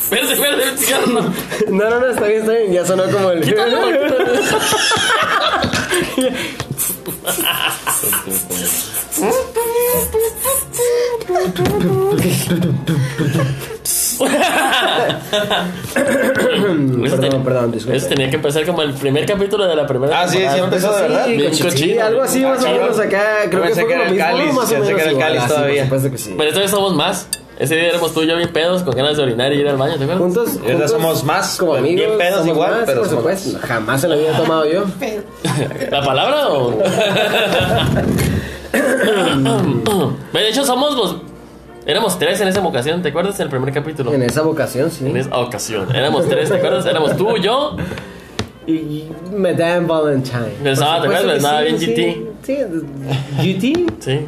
Espérate, espérate, espérate, no. No, no, no, está bien, está bien. Ya sonó como el. Quítalo, güey, quítalo. Pues Eso perdón, tenía- perdón, disculpe. Eso pues tenía que empezar como el primer capítulo de la primera Ah, sí, temporada. sí, empezó de verdad. Sí, Bien con- sí, cochino. algo así más o Ah, menos acá. Creo que Pensé fue como que era lo el mismo, cáliz, más o pensé menos. que era el igual. cáliz Ah, sí, todavía. Por supuesto que sí. Pero esta vez somos más. Ese día éramos tú y yo bien pedos, con ganas de orinar y ir al baño, ¿te acuerdas? Juntos, Y ahora juntos, somos más, como bien amigos, pedos somos igual, más, pero por somos supuesto, jamás se lo había tomado yo. Pero, ¿La palabra o.? Pues, de hecho, somos los. Éramos tres en esa ocasión, ¿te acuerdas? En el primer capítulo. En esa vocación, sí. En esa ocasión. Éramos tres, ¿te acuerdas? Éramos tú, yo. Y, y Madame Valentine. Pensaba, Por ¿te acuerdas? supuesto que Pensaba sí, bien Sí, sí, GT. Sí.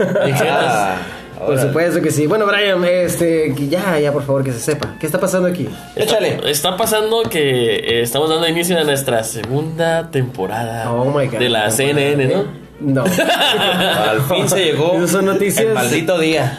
Ingenuos. Ah, Por órale. supuesto que sí. Bueno, Brian, este, que ya, ya, por favor, que se sepa. ¿Qué está pasando aquí? Échale. Está, está pasando que eh, estamos dando inicio a nuestra segunda temporada Oh my God. de la CNN, ¿no? No. Al fin se llegó. Esas son noticias. El maldito día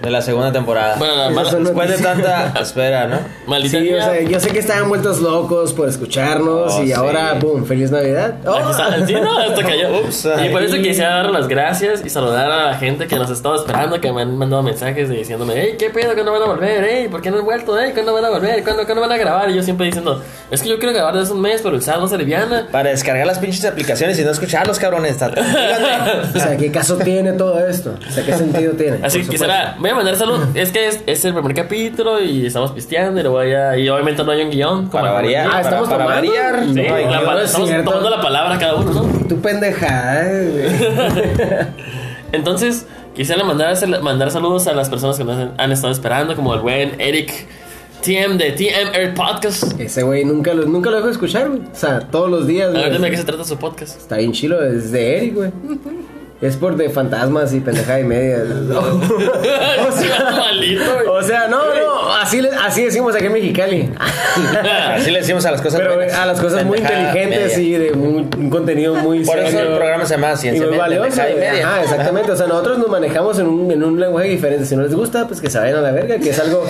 de la segunda temporada. Bueno, la Esas mala- son Después de noticias. tanta espera, ¿no? maldita Sí, o sea, sea, yo sé que estaban vueltos locos por escucharnos Oh, y sí. ahora, boom, feliz Navidad. Oh, Aquí está- sí, no, esto cayó. Ups, y por ahí. eso quisiera dar las gracias y saludar a la gente que nos estaba esperando, que me han mandado mensajes de- diciéndome, hey, ¿qué pedo? ¿Cuándo van a volver? Hey, ¿por qué no han vuelto? Hey, ¿cuándo van a volver? ¿Cuándo, ¿Cuándo van a grabar? Y yo siempre diciendo, es que yo quiero grabar desde un mes, pero el sábado se liviana. Para descargar las pinches aplicaciones y no escucharlos, cabrones. Está- O sea, ¿qué caso tiene todo esto? O sea, ¿qué sentido tiene? Así que Por quisiera, voy a mandar salud. Es que es, es el primer capítulo y estamos pisteando y, lo voy a, y obviamente no hay un guión. como Para el primer variar. día. Ah, estamos para, para tomando. variar. Sí, No hay la guión. pa- es estamos cierto. tomando la palabra cada uno, ¿no? supuesto. Tu pendejada, eh, Entonces, quisiera mandar, mandar saludos a las personas que nos han, han estado esperando, como el buen Eric TM de TM Air Podcast. güey. Ese güey nunca lo, nunca lo dejo de escuchar, güey. O sea, todos los días, A ver, dime de güey. qué se trata su podcast. Está bien chilo, es de Eric, güey. Es por de fantasmas y pendejada y media. o, sea, Malito, güey. o sea, no, no, así, le- así decimos aquí en Mexicali. Así le decimos a las cosas Pero eh, buenas. a las cosas muy Pendejada inteligentes media. y de muy- un contenido muy Por eso serio el programa se llama Y Ciencia muy Media, valioso. Pendejada y güey. Media. Ajá, exactamente. O sea, nosotros nos manejamos en un, en un lenguaje diferente. Si no les gusta, pues que se vayan a la verga, que es algo.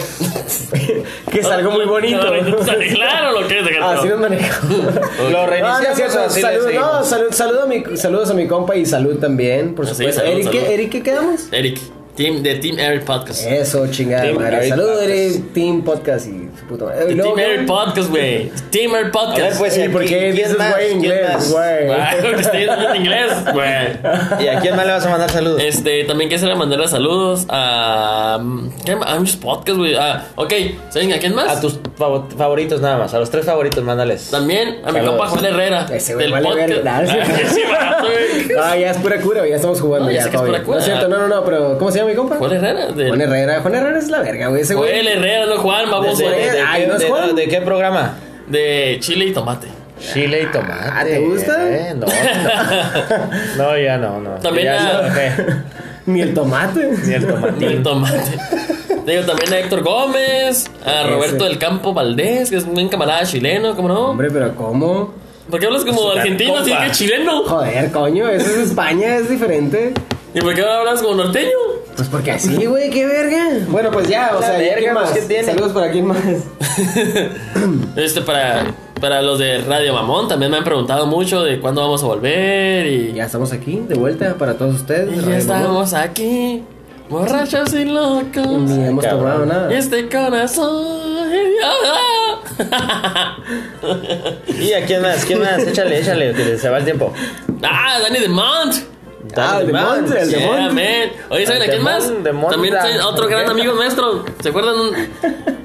que es algo muy bonito. Claro, lo que es de Así nos manejamos. Lo Ah, no es reiniciamos cierto. o así le Salud- seguimos? no, salud- saludo a mi, saludos a mi compa y salud también, por Ah, sí, supuesto. salud, Eric, salud. ¿qué- Eric, ¿qué quedamos? Eric, team de Team Air Podcast. Eso, chingada Team madre. Eric Saludos, Podcast. Eric, Team Podcast y su puta madre. De Luego, Team Air Podcast, güey. Team Air A ver, Podcast. pues, ¿Y por qué ¿quién dices más? güey en ¿Quién inglés, más? Ah. güey? Guau, te estoy diciendo en inglés, güey. ¿Y a quién más le vas a mandar Eh, saludos? Este, también quisiera mandarle saludos a. mm, ¿Qué? A mis podcasts, güey. Ah, ok, ¿saben a quién más? A tus favo- favoritos nada más. A los tres favoritos, mándales. También a mi Saludos. compa Juan Herrera. Ese güey vale verga. Ah, ese vato, güey. Ah, ya es pura cura, ya estamos jugando. No, ya ya, sé que es Fabio. pura cura. No es cierto, no, no, no, pero ¿cómo se llama mi compa? Juan Herrera. del- Juan Herrera. Juan Herrera es la verga, güey. Ese Joel güey. Herrera, no Juan, vamos. ¿De, de- De, de- Ay, no es de- Juan. de qué programa? de Chile y Tomate. Chile y tomate. Ah, ¿te gusta? eh, no, no. No, ya no, no. También Ya eh. a- lo dejé. Ni el tomate. Ni el tomate. Chile y Tomate. Digo también a Héctor Gómez, a Roberto Ese. del Campo Valdés, que es un buen camarada chileno, ¿cómo no? Hombre, pero ¿cómo? ¿Por qué hablas como Super argentino así compa. que chileno? Joder, coño, eso es España, es diferente. ¿Y por qué hablas como norteño? Pues porque así, güey, qué verga. Bueno, pues ya, o La sea, ¿y verga, ¿quién pues, más? ¿qué tiene? Saludos para quién más. Este para, para los de Radio Mamón también me han preguntado mucho de cuándo vamos a volver y Ya estamos aquí, de vuelta para todos ustedes. Y ya Radio Mamón. estamos aquí, borrachos y locos. Ni hemos Cabrón. tomado Y nada. este corazón. ¿Y a quién más? ¿Quién más? Échale, échale, que se va el tiempo. ah, Dani de Mont. Ah, el de Monte, el de Yeah, Monte. man. Oye, ¿saben a De quién Mont, más? de Mont, También la- saben otro gran amigo nuestro. ¿Se acuerdan?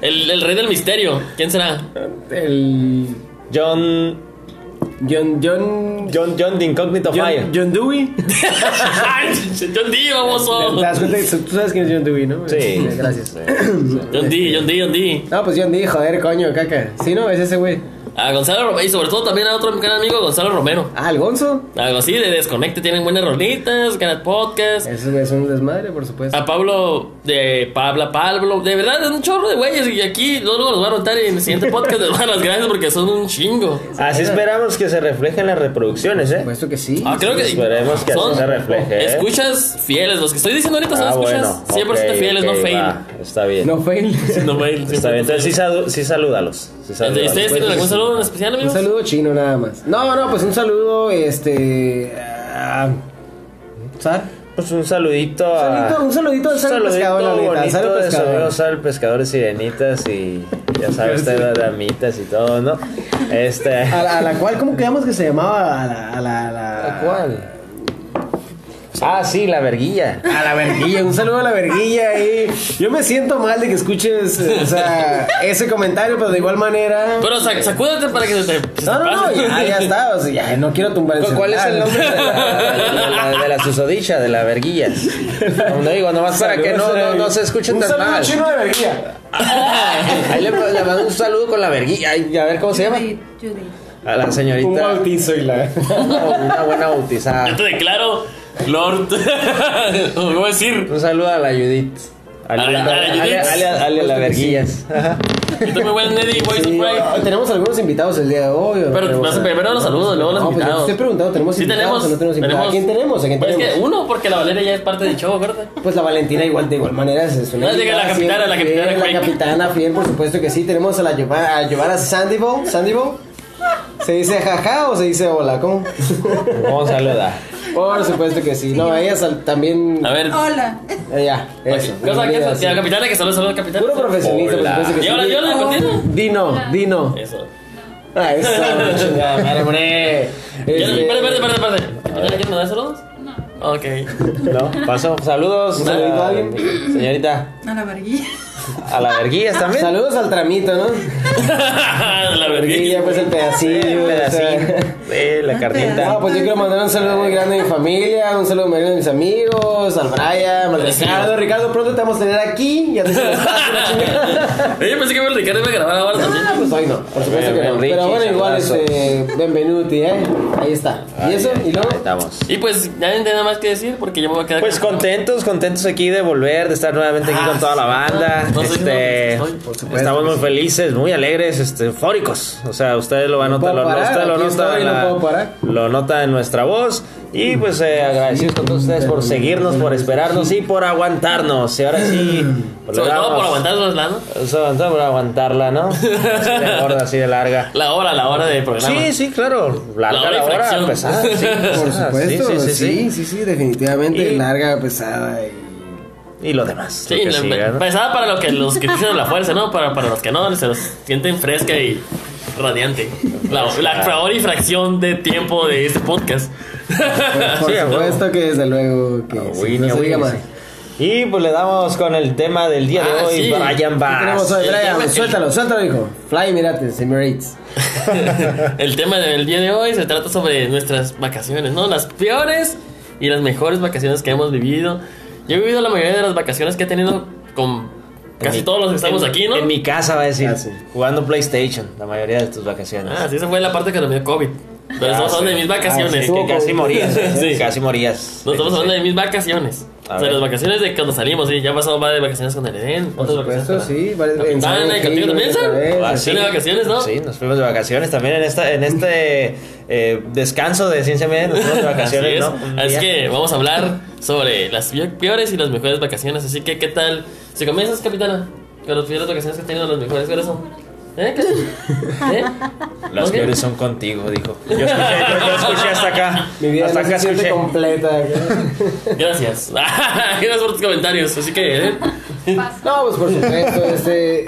El, el rey del misterio. ¿Quién será? El. John. John. John. John, John de Incognito Fire. John, John Dewey. Ay, John D, ¿Te famoso. das cuenta? Tú sabes quién es John Dewey, ¿no? Sí. Gracias. John D, John D, John D. No, pues John D, joder, coño, caca. Sí, no, es ese güey. A Gonzalo Romero. Y sobre todo también a otro gran amigo, Gonzalo Romero. Ah, Algonzo. Algo así de Desconecte. Tienen buenas rolitas, ganas podcast. Ese güey es un desmadre, por supuesto. A Pablo de Pabla Pablo, de verdad, es un chorro de güeyes. Y aquí luego los van a notar y en el siguiente podcast les van a dar las gracias porque son un chingo. Así esperamos que se reflejen las reproducciones, ¿eh? Por supuesto que sí. Ah, creo que. Esperemos que así son se refleje. ¿eh? Escuchas fieles, los que estoy diciendo ahorita son Ah, Pues, escuchas bueno. 100% Ok, fieles, ok, no fake. va. Está bien. No fail. No mail. Está Pues, bien. Entonces sí, salu- sí salúdalos. Sí ¿Y salúdalos. ustedes tienen algún saludo en especial, Un amigos? saludo chino nada más. No, no, pues un saludo, este... ah, ¿Sar? Pues un saludito Un a... saludito- un Ah. saludito al un Sal saludito Pescador, la neta, al bonito Sal de Pescador. Sombrero Sal Pescadores Sirenitas y ya sabes, usted, las damitas y todo, ¿no? Este... A la, a la cual, ¿cómo quedamos que se llamaba? A la... A la, a la- Ah, sí, la verguilla. A la verguilla, un saludo a la verguilla ahí. Yo me siento mal de que escuches eh, o sea, ese comentario, pero de igual manera. Pero sac- sacúdate para que se te. No, no, no, ya, ya está. O sea, ya no quiero tumbar el ¿Cuál es el celular. nombre de la, de la- de la susodicha, de la verguilla? No digo, nomás para que no, no, no se escuche Un tan saludo mal. chino de verguilla. Ahí le, le mando un saludo con la verguilla. Ay, a ver cómo se llama. Judy, Judy. A la Un señorita. bautizo y la. Una buena Yo bautizada. te declaro, Lord. Lo voy a decir. Un saludo a la Judith. A la- a la Judith. la verguillas. Yo también voy a Neddy Boys Sí, and Pride. ah, tenemos algunos invitados el día de hoy. ¿o no Pero tenemos vas a- a- primero los saludos, luego los No, pues, yo te invitados. estoy preguntando, ¿tenemos Sí, invitados tenemos. o no tenemos invitados? ¿A quién tenemos? ¿A quién Pues tenemos? Es que uno, porque la Valeria ya es parte del show, ¿verdad? Pues la Valentina igual de igual manera es una No, diga la invitada, capitana, la siempre capitana fiel, La Cuenca. capitana fiel, por supuesto que sí. Tenemos a la Giovanna, a Giovanna Sandivo. ¿Sandivo? ¿Se dice jaja o se dice hola? ¿Cómo? ¿Cómo saluda? por supuesto que sí. No, ella sal- también... A ver. Hola. Ella, eso. ¿Qué pasa? ¿Qué bienvenida, pasa? sí. La capitana que saluda, saluda al capitán. Puro profesionista, por Hola. supuesto que sí. Y ahora yo le contigo. Dino, Dino. Eso. Ah, eso, chingada madre, hombre. Ya- Este, Espérate, espérate, espérate, espérate. ¿Capitana quieres mandar saludos? No. Ok. ¿No? Paso. Saludos. ¿Un saludito a alguien? Señorita. A la verguilla. A la verguillas también. Saludos al tramito, ¿no? la Y vergüenza. ya pues el Sí, pedacillo. un o sea. pedacito. Eh, la No, carnita. pues yo quiero mandar un saludo muy grande a mi familia, un saludo muy grande a mis amigos, al Brian, al Ricardo. Ricardo, pronto te vamos a tener aquí, ya te hice el espacio, la chingada. Yo pensé que el Ricardo iba a grabar ahora también. Ah, pues hoy no, por supuesto que no. Bien, Pero bueno, Richie, igual, saludazo. este, benvenuti, ¿eh? Ahí está. pues, ¿Y eso? Ahí ¿Y luego? Estamos. Y pues ya no hay nada más que decir porque yo me voy a quedar Pues con- contentos, contentos aquí de volver, de estar nuevamente aquí con toda la banda. No sé si este, no, estoy, por supuesto estamos que muy felices, muy alegres, este, eufóricos. O sea, ustedes lo van a No notar, puedo lo, parar, usted lo aquí nota, estoy, en no la- puedo parar. lo nota en nuestra voz. Y pues eh, agradecidos con todos ustedes por seguirnos, por esperarnos y por aguantarnos. Y ahora sí, pues, le Sobre todo damos- por aguantar los lados. sobre todo por aguantarla, ¿no? Así de gorda, así de larga. La hora, la hora de programa. Sí, sí, claro. La Larga hora la de hora, fricción. pesada. sí, Por pesada, sí, supuesto, Ah, sí, sí, sí. definitivamente Y- larga, pesada y... Y lo demás. lo Sí, que la- siga, ¿no? pesada para los que los que usan la fuerza, ¿no? Para, para los que no, se los sienten fresca y radiante. La, la fra- hora y fracción de tiempo de este podcast. Por Ah, Sí, a huevo. supuesto que desde luego que Ah, sí, Winnie, no se Winnie, diga más. sí. Y pues le damos con el tema del día de Ah, hoy, sí. Brian ¿Qué tenemos Bass. hoy, el tema Brian? es- Suéltalo, suéltalo, hijo. Fly, mirate, Emirates. El tema del día de hoy se trata sobre nuestras vacaciones, ¿no? Las peores y las mejores vacaciones que hemos vivido. Yo he vivido la mayoría de las vacaciones que he tenido con casi todos los que estamos En- aquí, ¿no? En mi casa va a decir, Ah, sí. jugando PlayStation, la mayoría de tus vacaciones. Ah, sí, Pues, esa fue la parte que nos dio COVID. Pero estamos hablando de mis Ah, vacaciones. sí, que casi morías, Sí. casi morías. No estamos Sí, hablando sí. de mis vacaciones. A o sea, ver. las vacaciones de cuando salimos, sí. Ya pasamos varias vacaciones con el Edén. Por otras supuesto, vacaciones sí. varias- con la en San Capitana, ¿y Angelo, contigo también, otra Sam? vez, Ah, sí, de vacaciones, ¿no? Sí, nos fuimos de vacaciones también en esta, en este eh, descanso de ciencia media, nos fuimos de Así vacaciones, es. ¿no? Un Así día. que vamos a hablar sobre las peores y las mejores vacaciones. Así que, ¿qué tal? Si comienzas, capitana, con las peores vacaciones que has tenido, las mejores, ¿cuáles son? ¿Eh? ¿Qué son? ¿Eh? Las ¿Ok? peores son contigo, dijo. Yo escuché, yo- yo escuché hasta acá. Mi vida hasta no acá se siente escuché. completa. Gracias. Gracias por tus comentarios. Así que, ¿eh? No, pues por supuesto, este...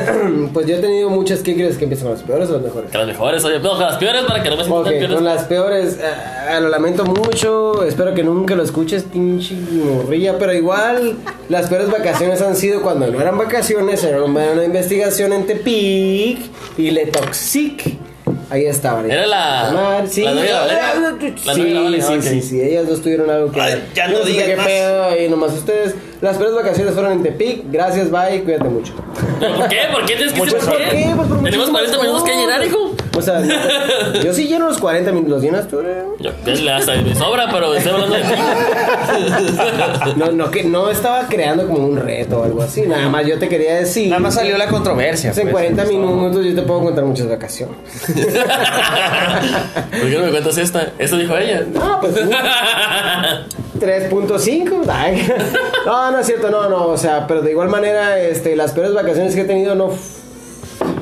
pues yo he tenido muchas... ¿Qué crees? ¿Que empiezan con las peores o las mejores? que las mejores, oye. No, que las peores para que no me sientan Ok, tan peores. con las peores, ah, lo lamento mucho, espero que nunca lo escuches, pinche morrilla, pero igual las peores vacaciones han sido cuando no eran vacaciones, era una, una investigación en Tepic y Le Toxic. Ahí estaban. Era la- Mar- sí, la novia de la Valeria. ah, La novia de la sí, Valeria, sí, ok. sí, sí, ellas dos tuvieron algo que... Ay, ya no Yo sé digas qué más. pedo ahí nomás ustedes. Las peores vacaciones fueron en Tepic, gracias, bye, cuídate mucho. ¿Pero ¿Por qué? ¿Por qué tienes que Mucho ser por sol. qué? Pues por Tenemos muchísimas 40 minutos que cosas. llenar, hijo. O sea, no- yo sí lleno los 40 minutos, ¿los llenas tú? Leo? Yo, es la- hasta me sobra, pero estoy hablando de ti. No, no, que no estaba creando como un reto o algo así. Nada más yo te quería decir. Nada más salió la controversia. Pues, en pues. 40 minutos yo te puedo contar muchas vacaciones. ¿Por qué no me cuentas esta? Eso dijo ella. No, pues. 3.5. Ay. No, no es cierto, no, no. O sea, pero de igual manera, este, las peores vacaciones que he tenido no, f-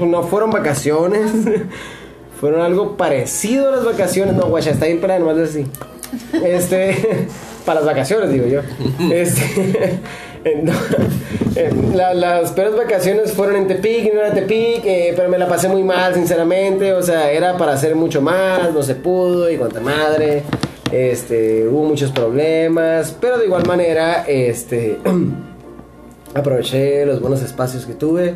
no fueron vacaciones. Fueron algo parecido a las vacaciones. No, guacha, está bien para nomás es así. Este, para las vacaciones, digo yo. Este, no, eh, la- las peores vacaciones fueron en Tepic, y no era Tepic, eh, pero me la pasé muy mal, sinceramente. O sea, era para hacer mucho más, no se pudo y cuanta madre. Este, hubo muchos problemas, pero de igual manera, este, aproveché los buenos espacios que tuve.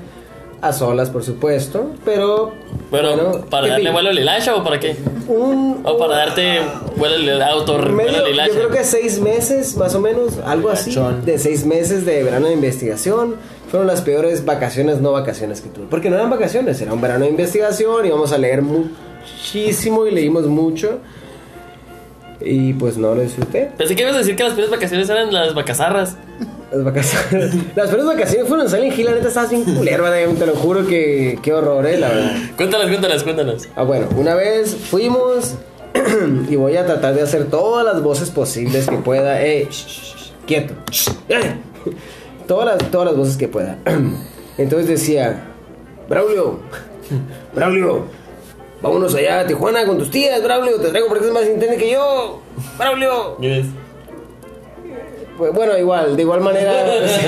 A solas, por supuesto, pero. Bueno, ¿para darle Tepic. vuelo al hilacha o para qué? Un, O para darte vuelo al auto, vuelo Medio, al yo hilacha. creo que seis meses, más o menos, algo así, Chon. de seis meses de verano de investigación. Fueron las peores vacaciones, no vacaciones que tuve. Porque no eran vacaciones, era un verano de investigación, íbamos a leer muchísimo y leímos mucho. Y pues no lo disfruté. Pensé que ibas a decir que las primeras vacaciones eran las vacazarras. Las vacaciones. las peores vacaciones fueron en Silent Hill, la neta estabas bien culero, madre, te lo juro que qué horror, eh, la verdad. Cuéntanos, cuéntanos, cuéntanos. Ah, bueno, una vez fuimos y voy a tratar de hacer todas las voces posibles que pueda. Eh, shh, shh, shh, quieto. shh, eh. Todas las, todas las voces que pueda. Entonces decía, Braulio, Braulio, vámonos allá a Tijuana con tus tías, Braulio, te traigo porque eres más inteligente que yo, Braulio. Pues, Bueno, igual, de igual manera. Pues,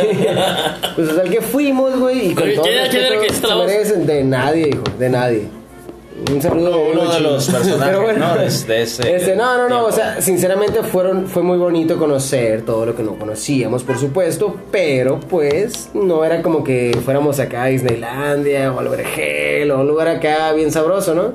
pues o sea, que fuimos, güey, y con Oye, todo ¿quién era- quién era el que hizo la se voz? merecen de nadie, hijo, de nadie. Un saludo a Uno de los personajes, Pero ¿no? De- de ese este, no, no, no, tiempo. o sea, sinceramente fueron, fue muy bonito conocer todo lo que no conocíamos, por supuesto, pero pues no era como que fuéramos acá a Disneylandia o al Vergel o a un lugar acá bien sabroso, ¿no?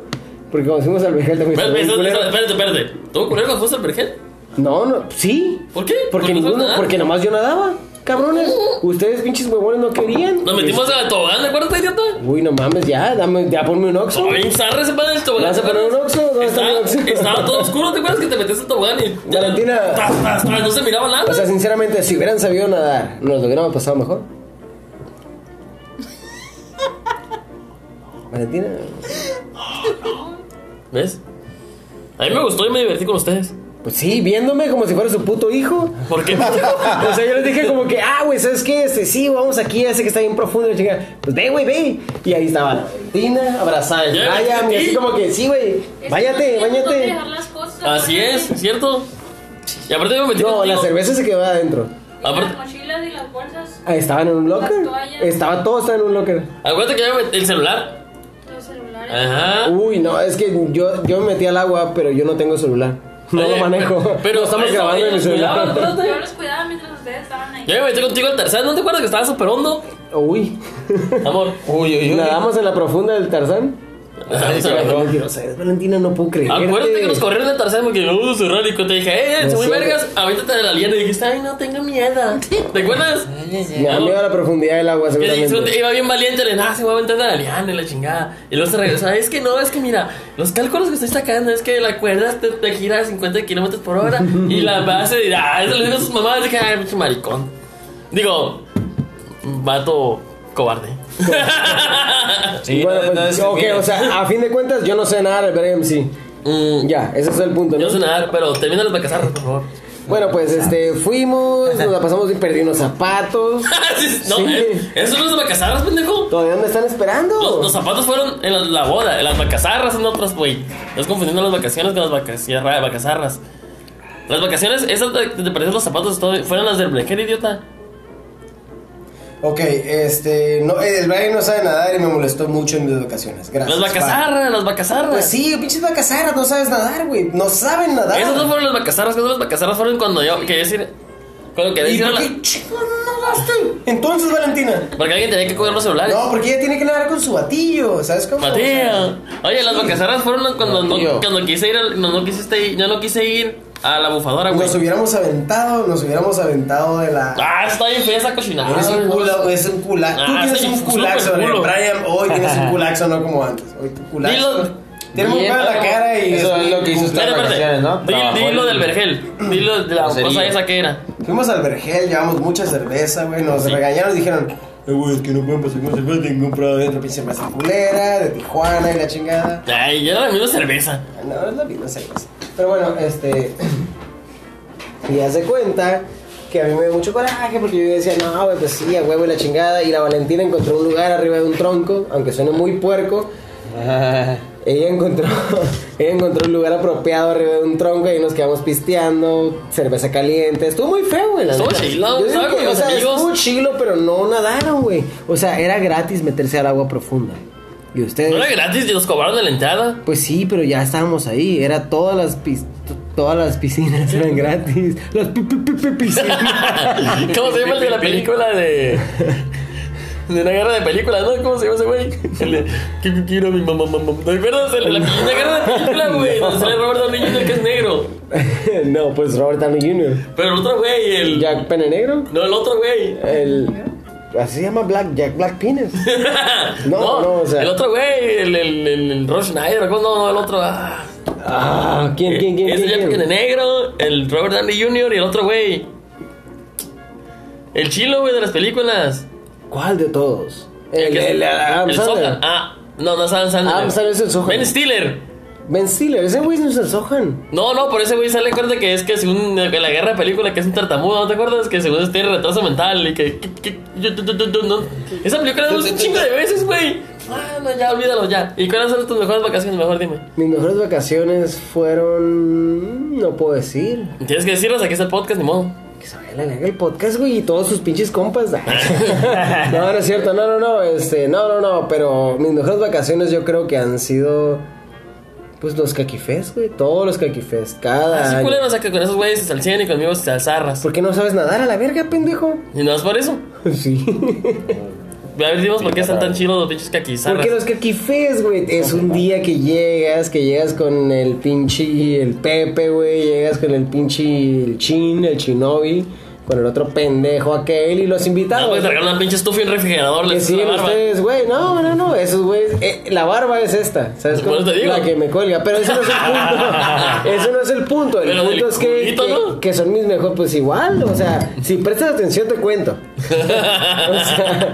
Porque cuando fuimos al Vergel Pues, también Espérate, estaba bien eso- culero. eso- espérate, espérate. ¿Tú culero con fuiste al vergel? No, no, sí. ¿Por qué? ¿Por Porque qué no ninguno, sabes nadar? porque nomás yo nadaba, cabrones. Ustedes pinches huevones no querían. Nos metimos a la tobogán, ¿de acuerdo, idiota? Uy, no mames, ya, dame, ya ponme un oxo. Estaba bien zarra ese padre del tobogán. ¿Vas a poner un oxo? ¿Dónde está mi Estaba- oxo? Estaba todo oscuro, ¿te acuerdas que te metiste al tobogán y... Valentina. Tas, tas, tas, No se miraba nada. O sea, sinceramente, si hubieran sabido nadar, nos lo hubiéramos pasado mejor. Valentina. ¿Ves? A mí me gustó y me divertí con ustedes. Pues sí, viéndome como si fuera su puto hijo. ¿Por qué? O sea, yo les dije como que, ah, güey, ¿sabes qué? Este, sí, vamos aquí, ese que está bien profundo. Y chinga, pues ve, güey, ve. Y ahí estaba la Valentina, abrazada en Ya, Brian, y sí. así como que, sí, güey, Es que váyate, no tienes dónde váyate. dejar las cosas, Así ¿no? es, ¿cierto? Y aparte me metí No, contigo. la cerveza se quedó adentro. Y Aparte- Las mochilas y las bolsas, Ah, Estaban en un locker. Las toallas. Estaba todo estaba en un locker. Acuérdate que yo me metí el celular. los celulares. Ajá. Uy, no, es que yo, yo me metí al agua, pero yo no tengo celular. No Oye, lo manejo. pero No estamos eso, grabando en mi ellos cuidaban, celular. ¿no? Yo los cuidaba mientras ustedes estaban ahí. Yo me metí contigo al tercer, ¿no te acuerdas que estaba súper hondo? Uy. Amor. Uy, uy, uy. Nadamos en la profunda del Tarzán. Ay, se me Ay, Dios, ¿sabes, Valentina, no puedo creer. Ah, Acuérdate que nos corrieron de Tarzán porque no uso cerrar y te dije, eh, eh, No soy muy sé. vergas, avéntate de la liana y dijiste, ay, no tengo miedo. ¿Te acuerdas? Me da miedo a la profundidad del agua, Que hizo- seguramente. iba bien valiente, le nada, se va a aventar de la liana y la chingada. Y luego se regresó, "Ah, es que no, es que mira, los cálculos que estoy sacando es que la cuerda te, te gira a 50 kilómetros por hora y la base, y, ah, eso le digo a sus mamás, dije, ay, pinche maricón. Digo, vato cobarde. Sí, bueno, no, pues, no, es- ok, mira. o sea, a fin de cuentas, yo no sé nada del BMC. Mm, Ya, ese es el punto, ¿no? yo no sé nadar, pero termina los bacazarros, por favor. Bueno, pues este, fuimos, nos la pasamos y perdí unos zapatos. no, Sí. eh, esos son los bacazarros, pendejo. ¿Todavía me están esperando? Los, los zapatos fueron en la, la boda, en las vacazarras en otras, güey. Estás confundiendo las vacaciones con las vacacierra- vacazarras. Las vacaciones, esas de, de perder los zapatos, todo- fueron las del Blejer, idiota. Ok, este, no, el Brian no sabe nadar y me molestó mucho en mis vacaciones. Gracias. Las vacazarras, las vacazarras. Pues sí, pinches vacazarras, no sabes nadar, güey. No saben nadar. Esas no fueron las vacazarras, esas las vacazarras fueron cuando yo quería decir. Cuando quería ¿Y decir. a por la- qué chico no nadaste? Entonces, Valentina. Porque alguien tenía que coger los celulares. No, porque ella tiene que nadar con su batillo, ¿sabes cómo? Mateo. Oye, las vacazarras fueron cuando no, Batillo. cuando quise ir, al- no, no quisiste ir, yo no quise ir a la bufadora, güey. Nos hubiéramos aventado, nos hubiéramos aventado de la. Ah, está bien fea esa cochinada. Eres un culo, es un culazo. Ah, Tú tienes sí, un súper culazo, culo. Brian. Hoy tienes un culazo, no como antes. Hoy tu Dilo. culazo. Tiene muy Bien, mal la algo. cara y. Eso es lo que hizo usted. Espera, espérate. vacaciones, ¿no? Dilo- Trabajó Dilo en- del vergel. Dilo de la Grosería. cosa esa que era. Fuimos al vergel, llevamos mucha cerveza, güey. Nos regañaron y dijeron: Eh, güey, es que no pueden pasar con cerveza. Tienen que comprar adentro, pinche masa culera, de Tijuana y la chingada. Ay, yo era la misma cerveza. No, es la misma cerveza. Pero bueno, este. Y haz de cuenta que a mí me dio mucho coraje porque yo decía, no, güey, pues sí, a huevo y la chingada. Y la Valentina encontró un lugar arriba de un tronco, aunque suene muy puerco. Ella encontró, ella encontró un lugar apropiado arriba de un tronco y nos quedamos pisteando, cerveza caliente. Estuvo muy feo, güey. la Estuvo neta. chilo, Yo digo estaba que, con o los sea, amigos. estuvo chilo, pero no nadaron, güey. O sea, era gratis meterse al agua profunda. Y ustedes. No era gratis, nos cobraron de la entrada. Pues sí, pero ya estábamos ahí. Era todas las pis- t- todas las piscinas eran gratis. Las pi- pi- pi- pi- piscinas. ¿Cómo se llama el de la película de. De una guerra de películas, ¿no? ¿Cómo se llama ese güey? El de. "Que- que Quiero a mi mamá, mamá. ¿Te acuerdas? El de la una guerra de película, güey. Donde sale Robert Downey Jr. que es negro. no, pues Robert Downey Jr. Pero el otro güey, el. Jack Pene Negro. No, el otro güey. El así se llama Black Jack Black Penis. No, no, o sea- El otro güey, el, el, el, el Rob Schneider. ¿cómo? No, no, el otro. Ah, Ah, ¿quién quién quién? Eh, Ese quién, Jack quién? de negro, el Robert Downey Jr. y el otro güey. El chilo, güey, de las películas. ¿Cuál de todos? que es- Adam el Sandler. Sohan. Ah, no, no es Adam Sandler. Adam Sandler es el Sohan. Ben Stiller. Ben Stiller, ese güey no es el Sohan. No, no, por ese güey sale, acuérdate que es que según en la guerra de película que es un tartamudo, ¿no te acuerdas? Que según este tiene retraso mental y que... que- que- yo- yo- yo- yo- yo- no. Esa película la vemos un chingo de veces, güey. Ah, no, ya, olvídalo, ya. ¿Y cuáles son tus mejores vacaciones? Mejor dime. Mis mejores vacaciones fueron no puedo decir. Tienes que decirlas, aquí está el podcast, ni modo. Que se vaya la verga el podcast, güey, y todos sus pinches compas. da. no, no es cierto, no, no, no, este, no, no, no, pero mis mejores vacaciones yo creo que han sido, pues, los caquifés, güey, todos los caquifés, cada Así año. culero, o sea, que con esos güeyes se salcien y conmigo se zarras. ¿Por qué no sabes nadar a la verga, pendejo? Y no es por eso. Sí. A ver, dimos por qué están tan chilos los pinches caquizarras. Porque los caquifés, güey, es un día que llegas, que llegas con el pinche, el Pepe, güey, llegas con el pinche, el Chin, el Chinobi, con el otro pendejo aquel y los Ah, invitados. güey, tragar una pinche estufa y un refrigerador, Que les siguen la barba. ustedes, güey. No, no, no. Esos güeyes. eh, la barba es esta. ¿Sabes Por cómo? eso te digo. La que me cuelga. Pero eso no es el punto. eso no es el punto. El Pero del punto es que, culito, que, ¿no? que son mis mejores. Pues igual. O sea, si prestas atención, te cuento. o sea.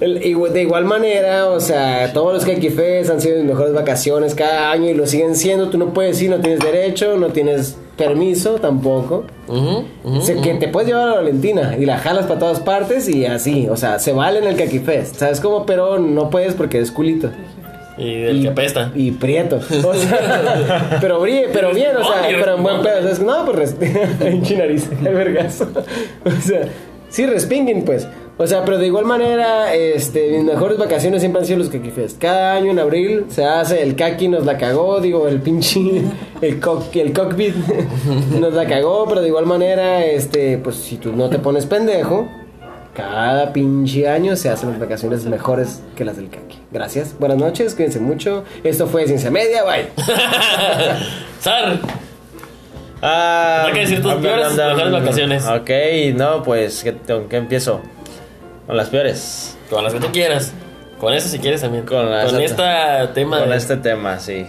el- igu- De igual manera, o sea, todos los caquifés han sido mis mejores vacaciones cada año y lo siguen siendo. Tú no puedes ir, no tienes derecho, no tienes permiso tampoco. Ujú, ujú. O sea, que Mm. te puedes llevar a la Valentina y la jalas para todas partes y así, o sea, se vale en el caquifest, ¿sabes cómo? Pero no puedes porque es culito Y del que apesta. y prieto. O sea, pero brille, pero bien, o sea, Ay, pero en buen pedo, ¿sabes? No, pues res- hinche nariz, el vergazo. O sea, sí, respinguen, pues. O sea, pero de igual manera, este, mis mejores vacaciones siempre han sido los caquifest. Cada año en abril se hace el caqui, nos la cagó, digo, el pinche, el, cock, el cockpit nos la cagó, pero de igual manera, este, pues si tú no te pones pendejo, cada pinche año se hacen las vacaciones mejores que las del caqui. Gracias, buenas noches, cuídense mucho. Esto fue Ciencia Media, bye. Sar, Ah, Hay que decir tus am, am, peores am, am. mejores vacaciones. Ok, no, pues, ¿qué- ¿con qué empiezo? Con las peores. con las que tú quieras. Con eso si quieres también. Con la- con esta tema Con de- este tema, sí,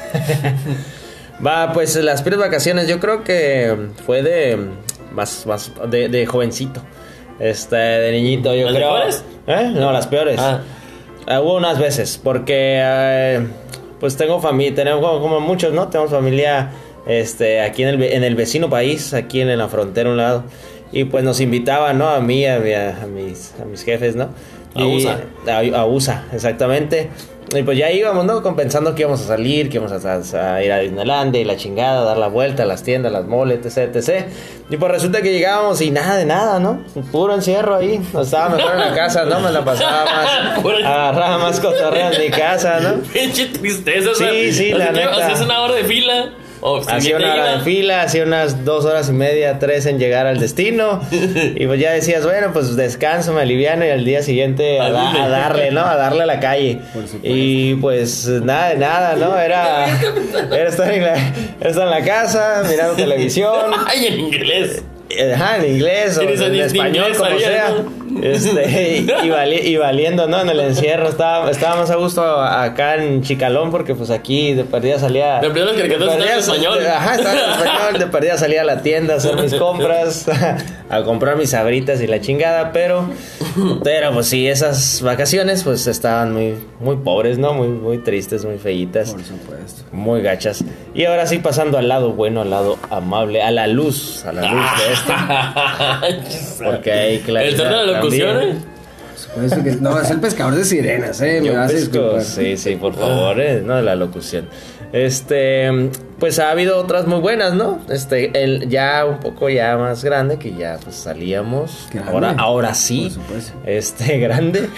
ok. Va, pues las peores vacaciones, yo creo que fue de. Más, más, de, de jovencito. Este, de niñito, yo ¿Las creo. mejores? ¿Eh? No, las peores. Ah. Ah, hubo unas veces, porque eh, pues tengo familia, tenemos como, como muchos, ¿no? Tenemos familia este, aquí en el, ve- en el vecino país, aquí en, la frontera a un lado. Y pues nos invitaban, ¿no? A mí, a, mi- a- a mis, a mis jefes, ¿no? A Y- USA. A, a USA, exactamente. Y pues ya íbamos, ¿no? Con- Pensando que íbamos a salir, que íbamos a, a- a ir a Disneylandia y la chingada, a dar la vuelta a las tiendas, las moles, etc, etc. Y pues resulta que llegábamos y nada de nada, ¿no? Puro encierro ahí. Nos estaba mejor en la casa, ¿no? Me la pasaba más. Puro encierro. Agarraba más cotorreo en mi casa, ¿no? Pinche tristeza, o Sí, sea, sí, así la que neta. Hacías una hora de fila. O si bien Hacía te una hora iba, de fila, hacía unas dos horas y media, tres en llegar al destino. Y pues ya decías, bueno, pues descanso, me aliviano y al día siguiente a, Al da- Disney. a darle, ¿no? A darle a la calle. Y pues nada de nada, ¿no? Era, era, estar en la, era estar en la casa, mirando televisión. Ay, en inglés. Eh, Ajá, en inglés o Eres en ni- ni español, inglés como sabías, sea. ¿no? Este, y, y vali- y valiendo, ¿no? En el encierro estaba, estaba más a gusto acá en Chicalón porque pues aquí de perdida salía... De perdida las caricaturas de perdida estaban en sal- español. Ah. Ajá, estaban en español, de perdida salía a la tienda a hacer mis compras, a comprar mis sabritas y la chingada, pero... Pero pues sí, esas vacaciones pues estaban muy, muy pobres, ¿no? Muy, muy tristes, muy feitas. Por supuesto. Muy gachas. Y ahora sí, pasando al lado bueno, al lado amable, a la luz, a la luz de esto. este. Porque hay claridad. El torneo de locución, también. ¿eh? Por supuesto que no, es el pescador de sirenas, eh. Me Yo vas a pesco, disculpar. sí, sí, por favor, eh, no de la locución. Este, pues ha habido otras muy buenas, ¿no? Este, el ya un poco ya más grande que ya pues salíamos. Grande. Ahora ahora sí. Por supuesto. Este grande.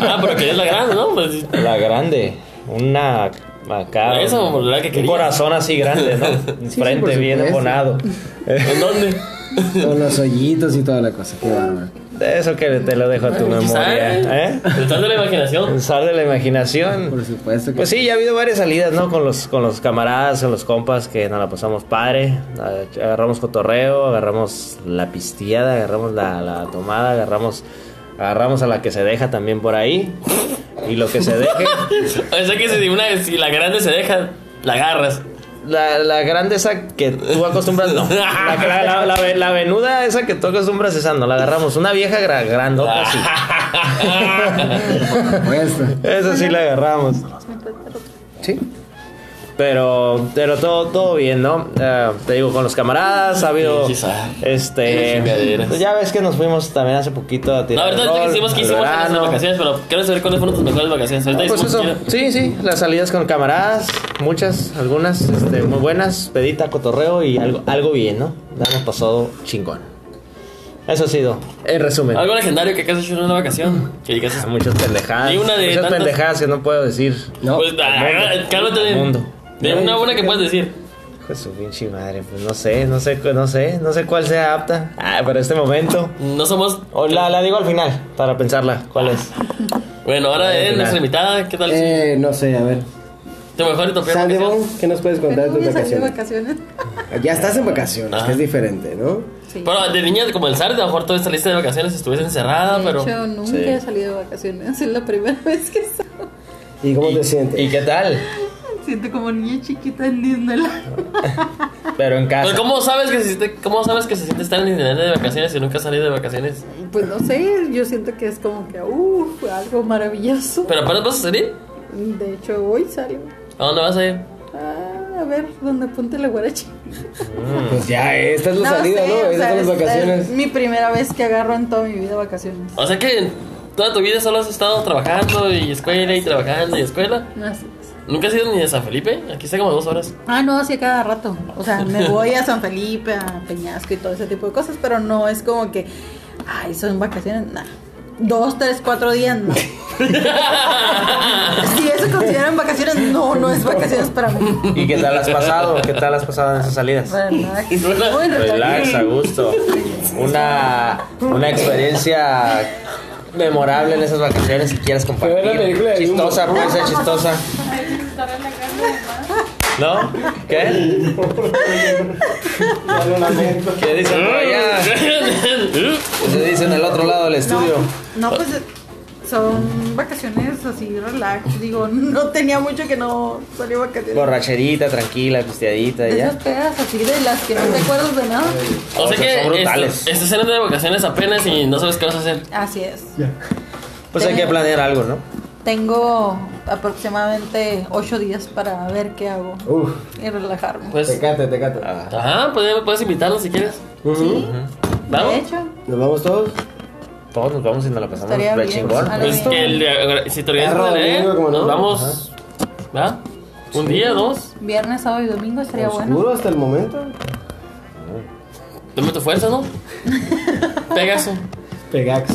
Ah, pero querías la grande, ¿no? Pues, La grande. Una acá. Eso, un- la que un querías. corazón así grande, ¿no? sí, Frente por bien supuesto. abonado. ¿En dónde? Todos los hoyitos y toda la cosa. Qué bárbaro. De eso que te lo dejo a tu pues, memoria. ¿eh? Pensando en la imaginación. Pensar de la Por imaginación. supuesto que Pues sí, ya ha habido varias salidas, ¿no? Con los, con los camaradas, con los compas que nos la pasamos padre. Agarramos cotorreo, agarramos la pisteada, agarramos la, la tomada, agarramos, agarramos a la que se deja también por ahí. Y lo que se deje. O sea que si, una, si la grande se deja, la agarras. La, la grande esa que tú acostumbras, no. La, la, la- la ve- la venuda esa que tú acostumbras, esa no. La agarramos. Una vieja gra- grandota, Ah, sí. Por supuesto. Esa sí la agarramos. Sí. Pero, pero todo, todo bien, ¿no? Eh, te digo, con los camaradas ha habido. Sí, sí, sabe. Este. Esas chingaderas. pues ya ves que nos fuimos también hace poquito a La tirar. verdad el es que rol, hicimos que al hicimos en verano. nuestras vacaciones, pero quiero saber cuáles fueron tus mejores vacaciones. Ahorita Pues hicimos eso, que- sí, sí, las salidas con camaradas, muchas, algunas este, muy buenas, pedita, cotorreo y algo, algo bien, ¿no? La hemos pasado chingón. Eso ha sido, en resumen. Ah, Algo legendario que has hecho en una vacación. Que digas. Muchas pendejadas. Y una de muchas tantas- pendejadas que no puedo decir. No. Pues, ah, cálmate de. Al mundo. De una buena que puedes decir. Hijo de su pinche madre, pues no sé, no sé, cu- no sé, no sé cuál sea apta ah, para este momento. No somos. O Oh, la, la digo al final, para pensarla, cuál es. Bueno, ahora es final. nuestra invitada. ¿Qué tal? Eh, no sé, a ver. ¿Te mejor y tu peor Sandevo, vacación? ¿qué nos puedes contar de Pero tus voy a salir de vacaciones? vacaciones. Ya estás en vacaciones, Ah. Ajá. que es diferente, ¿no? Sí. Bueno, de niña, como el SAR, a lo mejor todavía saliste de vacaciones, estuviste encerrada, de pero. hecho, nunca Sí. he salido de vacaciones. Es la primera vez que salgo. ¿Y cómo ¿Y- te sientes? ¿Y qué tal? Siento como niña chiquita en Disneyland. Pero en casa. Pero ¿cómo sabes que se siente, cómo sabes que se siente estar en Disneylandia de vacaciones si nunca has salido de vacaciones? Pues no sé, yo siento que es como que, uh, fue algo maravilloso. Pero apenas vas a salir. De hecho, hoy salgo. ¿A dónde vas a ir? Ah, a ver, ¿dónde apunta la guaracha? Pues ya, esta es la salida, sé, ¿no? o Estas sea, son las es- vacaciones. Es mi primera vez que agarro en toda mi vida vacaciones. O sea que en toda tu vida solo has estado trabajando y escuela y trabajando y escuela. Así es. ¿Nunca has ido ni a San Felipe? Aquí está como dos horas. Ah, no, sí, a cada rato. O sea, me voy a San Felipe, a Peñasco y todo ese tipo de cosas, pero no es como que, ay, son vacaciones, nada. Dos, tres, cuatro días, no. si eso consideran vacaciones, no, no es vacaciones para mí. ¿Y qué tal has pasado? ¿Qué tal has pasado en esas salidas? Relax. Relax. Muy Relax, a gusto. Una, una experiencia memorable en esas vacaciones si quieres compartir. Fue ver la película de chistosa, puede ser chistosa. ¿No? ¿Qué? ¿Qué dicen por allá? Se dice en el otro lado del No, estudio. no, pues son vacaciones así, relax. Digo, no tenía mucho que no salí de vacaciones. Borracherita, tranquila, pisteadita De y ya. esas pedas así de las que no te acuerdas de nada. O sea sea, son que este, brutales. est- estás en de vacaciones apenas y no sabes qué vas a hacer. Así es. Pues hay que planear algo, ¿no? Tengo aproximadamente 8 días para ver qué hago Uf, y relajarme. Pues, tecate, tecate. Ah. ajá, puedes, puedes invitarnos si quieres. Ujú. De ¿Vamos? hecho, ¿Nos vamos todos? Todos nos vamos y nos la pasamos Estaría re bien. chingón. A la Pues que le- si te organizas Perro para leer, domingo, ¿cómo no? nos vamos. ¿Va? Un día, dos. viernes, sábado y domingo estaría bueno. Oscuro hasta el momento. Dame tu fuerza, ¿no? Pegaso. Pegax.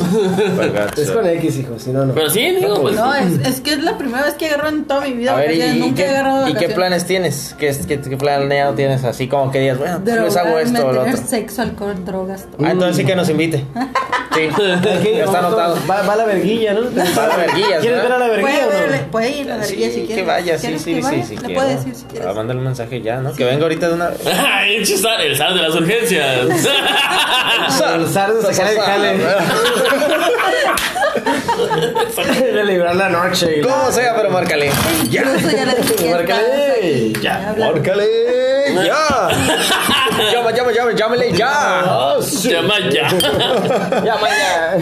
Es con X, hijo, si no, no. Pero sí, digo, pues. No, es, es que es la primera vez que agarro en toda mi vida A ver, ¿y, vacaciones. y Nunca he qué, agarrado y qué vacaciones. planes tienes? ¿Qué, es- qué, qué planeado tienes? Así como que digas, bueno, pues, les hago Drogarme, esto o lo tener otro. sexo, alcohol, drogas, todo. Ah, entonces sí que nos invite. Sí, Aquí ya está vamos todos. anotado. Va, va a la verguilla, ¿no? Va a la verguilla, ¿Quieres ¿verdad? ver a la Puede, verguilla o verle- no? puede ir a la Sí, verguilla si que quieres. vaya, sí, ¿Quieres sí, que sí, vaya? sí. Le quiero. puedes decir si Ah, quieres. mándale un mensaje ya, ¿no? Que venga ahorita de una vez. Ay, el zar de las urgencias. El zar de sacar el jale. De librar la noche. y la- Como sea, pero márcale. Ya. Incluso ya las Márcale. despiertas Ya. y hablas. Márcale. Ya. Llama, llama, llama, llámale ya. Llama ya. Llama ya.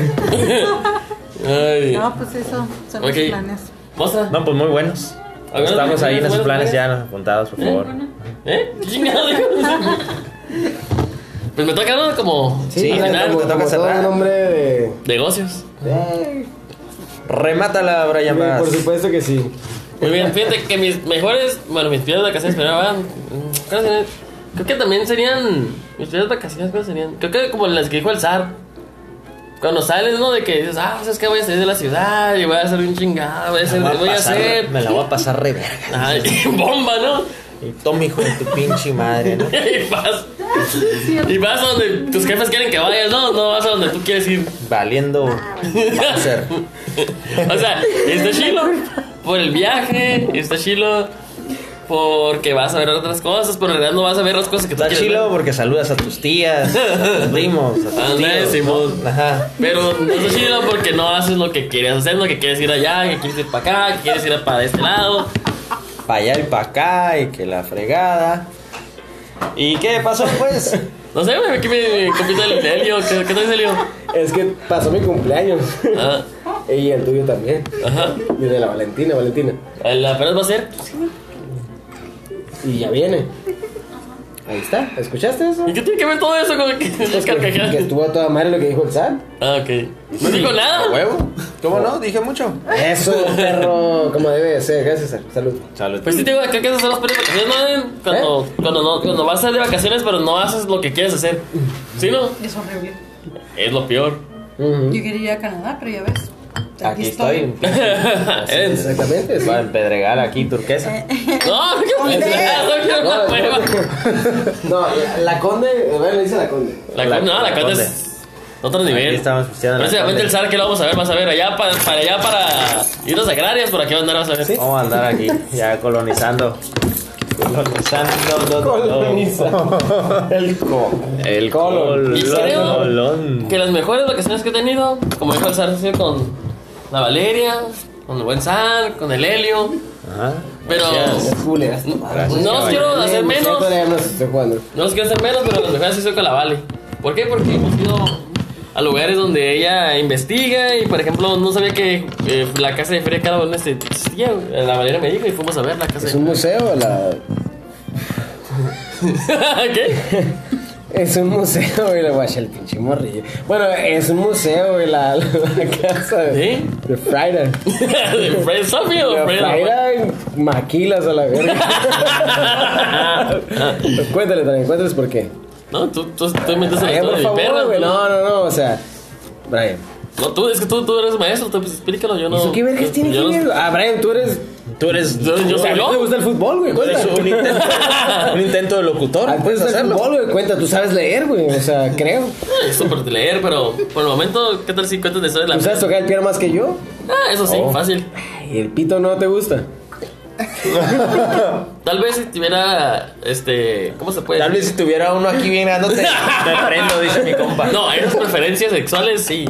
Ay. No, pues eso son Ok. los planes. ¿Moza? No, pues muy buenos. Algunos Estamos ahí planes, en esos buenos planes ya apuntados, por favor. ¿Eh? ¿Qué chingado, hijo? Pues me toca ¿no? como Sí, al final, como, te toca como todo cerrar. un hombre de... negocios. Eh, Remátala, Brian Bass. por supuesto que sí. Muy bien, fíjate que mis mejores, bueno, mis primeras vacaciones, pero van. ¿cuáles serían? Creo que también serían. Mis primeras vacaciones, ¿cuáles serían? Creo que como las que dijo el zar. Cuando sales, ¿no? De que dices, ah, ¿sabes qué? Voy a salir de la ciudad y voy a hacer un chingado, voy a hacer. Me la voy Voy a Ah, pasar- hacer. Me la voy a pasar re verga. Ay, bomba, ¿no? Y toma, hijo de tu pinche madre, ¿no? Y vas. Y vas a donde tus jefes quieren que vayas, ¿no? No vas a donde tú quieres ir. Valiendo Panzer. O sea, está chilo por el viaje, está chilo porque vas a ver otras cosas, pero en realidad no vas a ver las cosas que tú Está quieres chilo ver. porque saludas a tus tías, a tus primos, a tus Ándale, tíos. Simón. Ajá. Pero no está chilo porque no haces lo que quieres hacer, lo que quieres ir allá, que quieres ir para acá, que quieres ir para este lado. Para allá y para acá y que la fregada. ¿Y qué pasó pues? No sé, güey, aquí me compita el Helio, ¿qué, qué tal es Helio? Es que pasó mi cumpleaños. Ah, y el tuyo también. ajá. Y el de la Valentina, Valentina. El apenas va a ser. Y ya viene. Ahí está. ¿Escuchaste eso? ¿Y qué tiene que ver todo eso con que Pues las que, que carcajadas? estuvo a toda madre lo que dijo el SAT. Ah, ok. No digo nada. ¿Huevo? ¿Cómo no? Dije mucho. Eso, perro. Como debe de ser. Gracias, Sar. Salud. Salud. Pues sí, tengo acá que hacer las primeras vacaciones, ¿no? Eden? ¿Eh? Cuando, cuando, no, cuando vas a ir de vacaciones, pero no haces lo que quieres hacer. ¿Sí, no? Es horrible. Es lo peor. Ujú. Yo quería ir a Canadá, pero ya ves. Aquí estoy. Eden, Exactamente. sí. Va a empedregar aquí turquesa. No, ¿qué Eden. pendejadas? No quiero una prueba. No, la, la conde. eh, Bueno, le dice la conde. La La- con- No, la la conde Conde. es otro nivel. Aquí estamos pisteando la Próximamente Conde. el SAR que lo vamos a ver, vas a ver. Allá para, para allá para irnos agrarias, por aquí van a andar, vas a ver. Vamos a andar aquí, ya colonizando. Colonizando. do- do- Colonizando. El co. El colon. Y creo que las mejores vacaciones que he tenido, como dijo el SAR, ha sido con la Valeria, con el buen SAR, con el Helio. Ajá. Pero Gracias. Es culera. esta madre. Gracias, no los caballero. quiero hacer Eh, menos. siempre ya nos estoy jugando. No los quiero hacer menos, pero las mejores sí soy con la Vale. ¿Por qué? Porque hemos ido a lugares donde ella investiga y, por ejemplo, no sabía que eh, la casa de Freddy Caravan este, existía. güey. La Valeria me dijo y fuimos a ver la casa Es un de... museo, la. ¿Qué? Es un museo, güey, la guacha, el pinche morrillo. Bueno, es un museo, güey, la, la casa de, ¿Sí? de Friday. ¿De Fred Sofía o La Fred Friday maquilas a la verga. cuéntale también, cuéntales por qué. No, tú, tú, tú inventas la Ay, historia por de mi favor, perra, güey, güey. no, no, no, o sea, Brian. No, tú, es que tú, tú eres maestro, tú, pues, explícalo, yo no... ¿Eso qué vergas yo- tiene yo que no- ver? Ah, Brian, tú eres... Tú eres. Yo, yo a soy ti te yo. gusta el fútbol, güey, cuenta. eres un intento, un intento de locutor. A ti te puedes gusta el hacerlo. fútbol, güey, cuenta, tú sabes leer, güey, o sea, creo. Ay, Es súper de leer, pero por el momento, ¿qué tal si cuentas de historia de ¿Tú la sabes tocar el piano más que yo? Ah, eso oh. sí, fácil. ¿Y el pito no te gusta? Tal vez si tuviera, este, ¿cómo se puede Tal decir? vez si tuviera uno aquí mirándote, te prendo, dice mi compa. No, esas preferencias sexuales sí.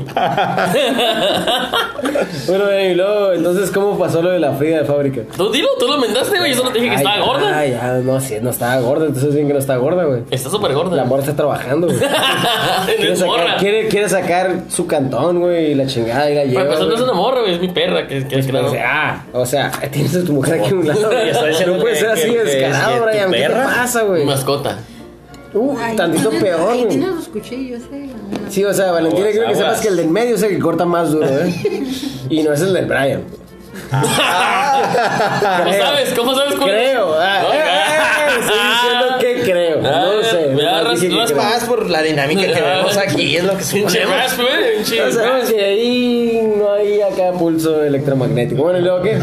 Bueno, eh, y luego, entonces, ¿cómo pasó lo de la Frida de fábrica? Tú dilo, tú lo mandaste, güey. Yo solo te dije que estaba gorda. Ay, ya, no, sí, no estaba gorda, entonces bien que no está gorda, güey. Está súper gorda. La morra está trabajando, güey. no Quiere es morra. sacar, quiere, quiere sacar su cantón, güey, y la chingada, y la lleva. Para empezar, no güey. es una morra, güey. Es mi perra. Que, que, que O no. sea, ah, o sea, tienes a tu mujer aquí a un lado. Ya está diciendo No puede que- ser así que- que es descarado, que Brian. tu ¿Qué te perra. pasa, güey? Mi mascota. Uh, tantito peor, Ahí güey. tienes los cuchillos, eh. Sí, o sea, Valentina, Aguas, creo que sepas aguas. que el del medio es el que corta más duro, ¿eh? Y no es el del Brian. ¿Cómo Creo. sabes? ¿Cómo sabes cuál es? Ah. Ah. Creo. Ah, No, eh, ya. eh, estoy diciendo que creo. Ah, No sé. me nomás agarras- dije que no es creo. Más por la dinámica que vemos aquí, es lo que Pinche sucede. más, güey. Pinche Ya sabemos rasp. que ahí no hay acá pulso electromagnético. Bueno, ¿y luego qué?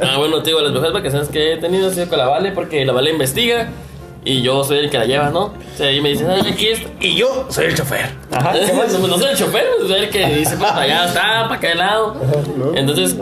Ah, bueno, te digo, las mejores vacaciones que he tenido han sido con la Vale, porque la Vale investiga y yo soy el que la lleva, ¿no? O sea, ahí me dicen, ay, aquí está. Y yo soy el chofer. Ajá, no soy el chofer, pues, soy el que dice, pues, para allá está, para aquel lado. Entonces,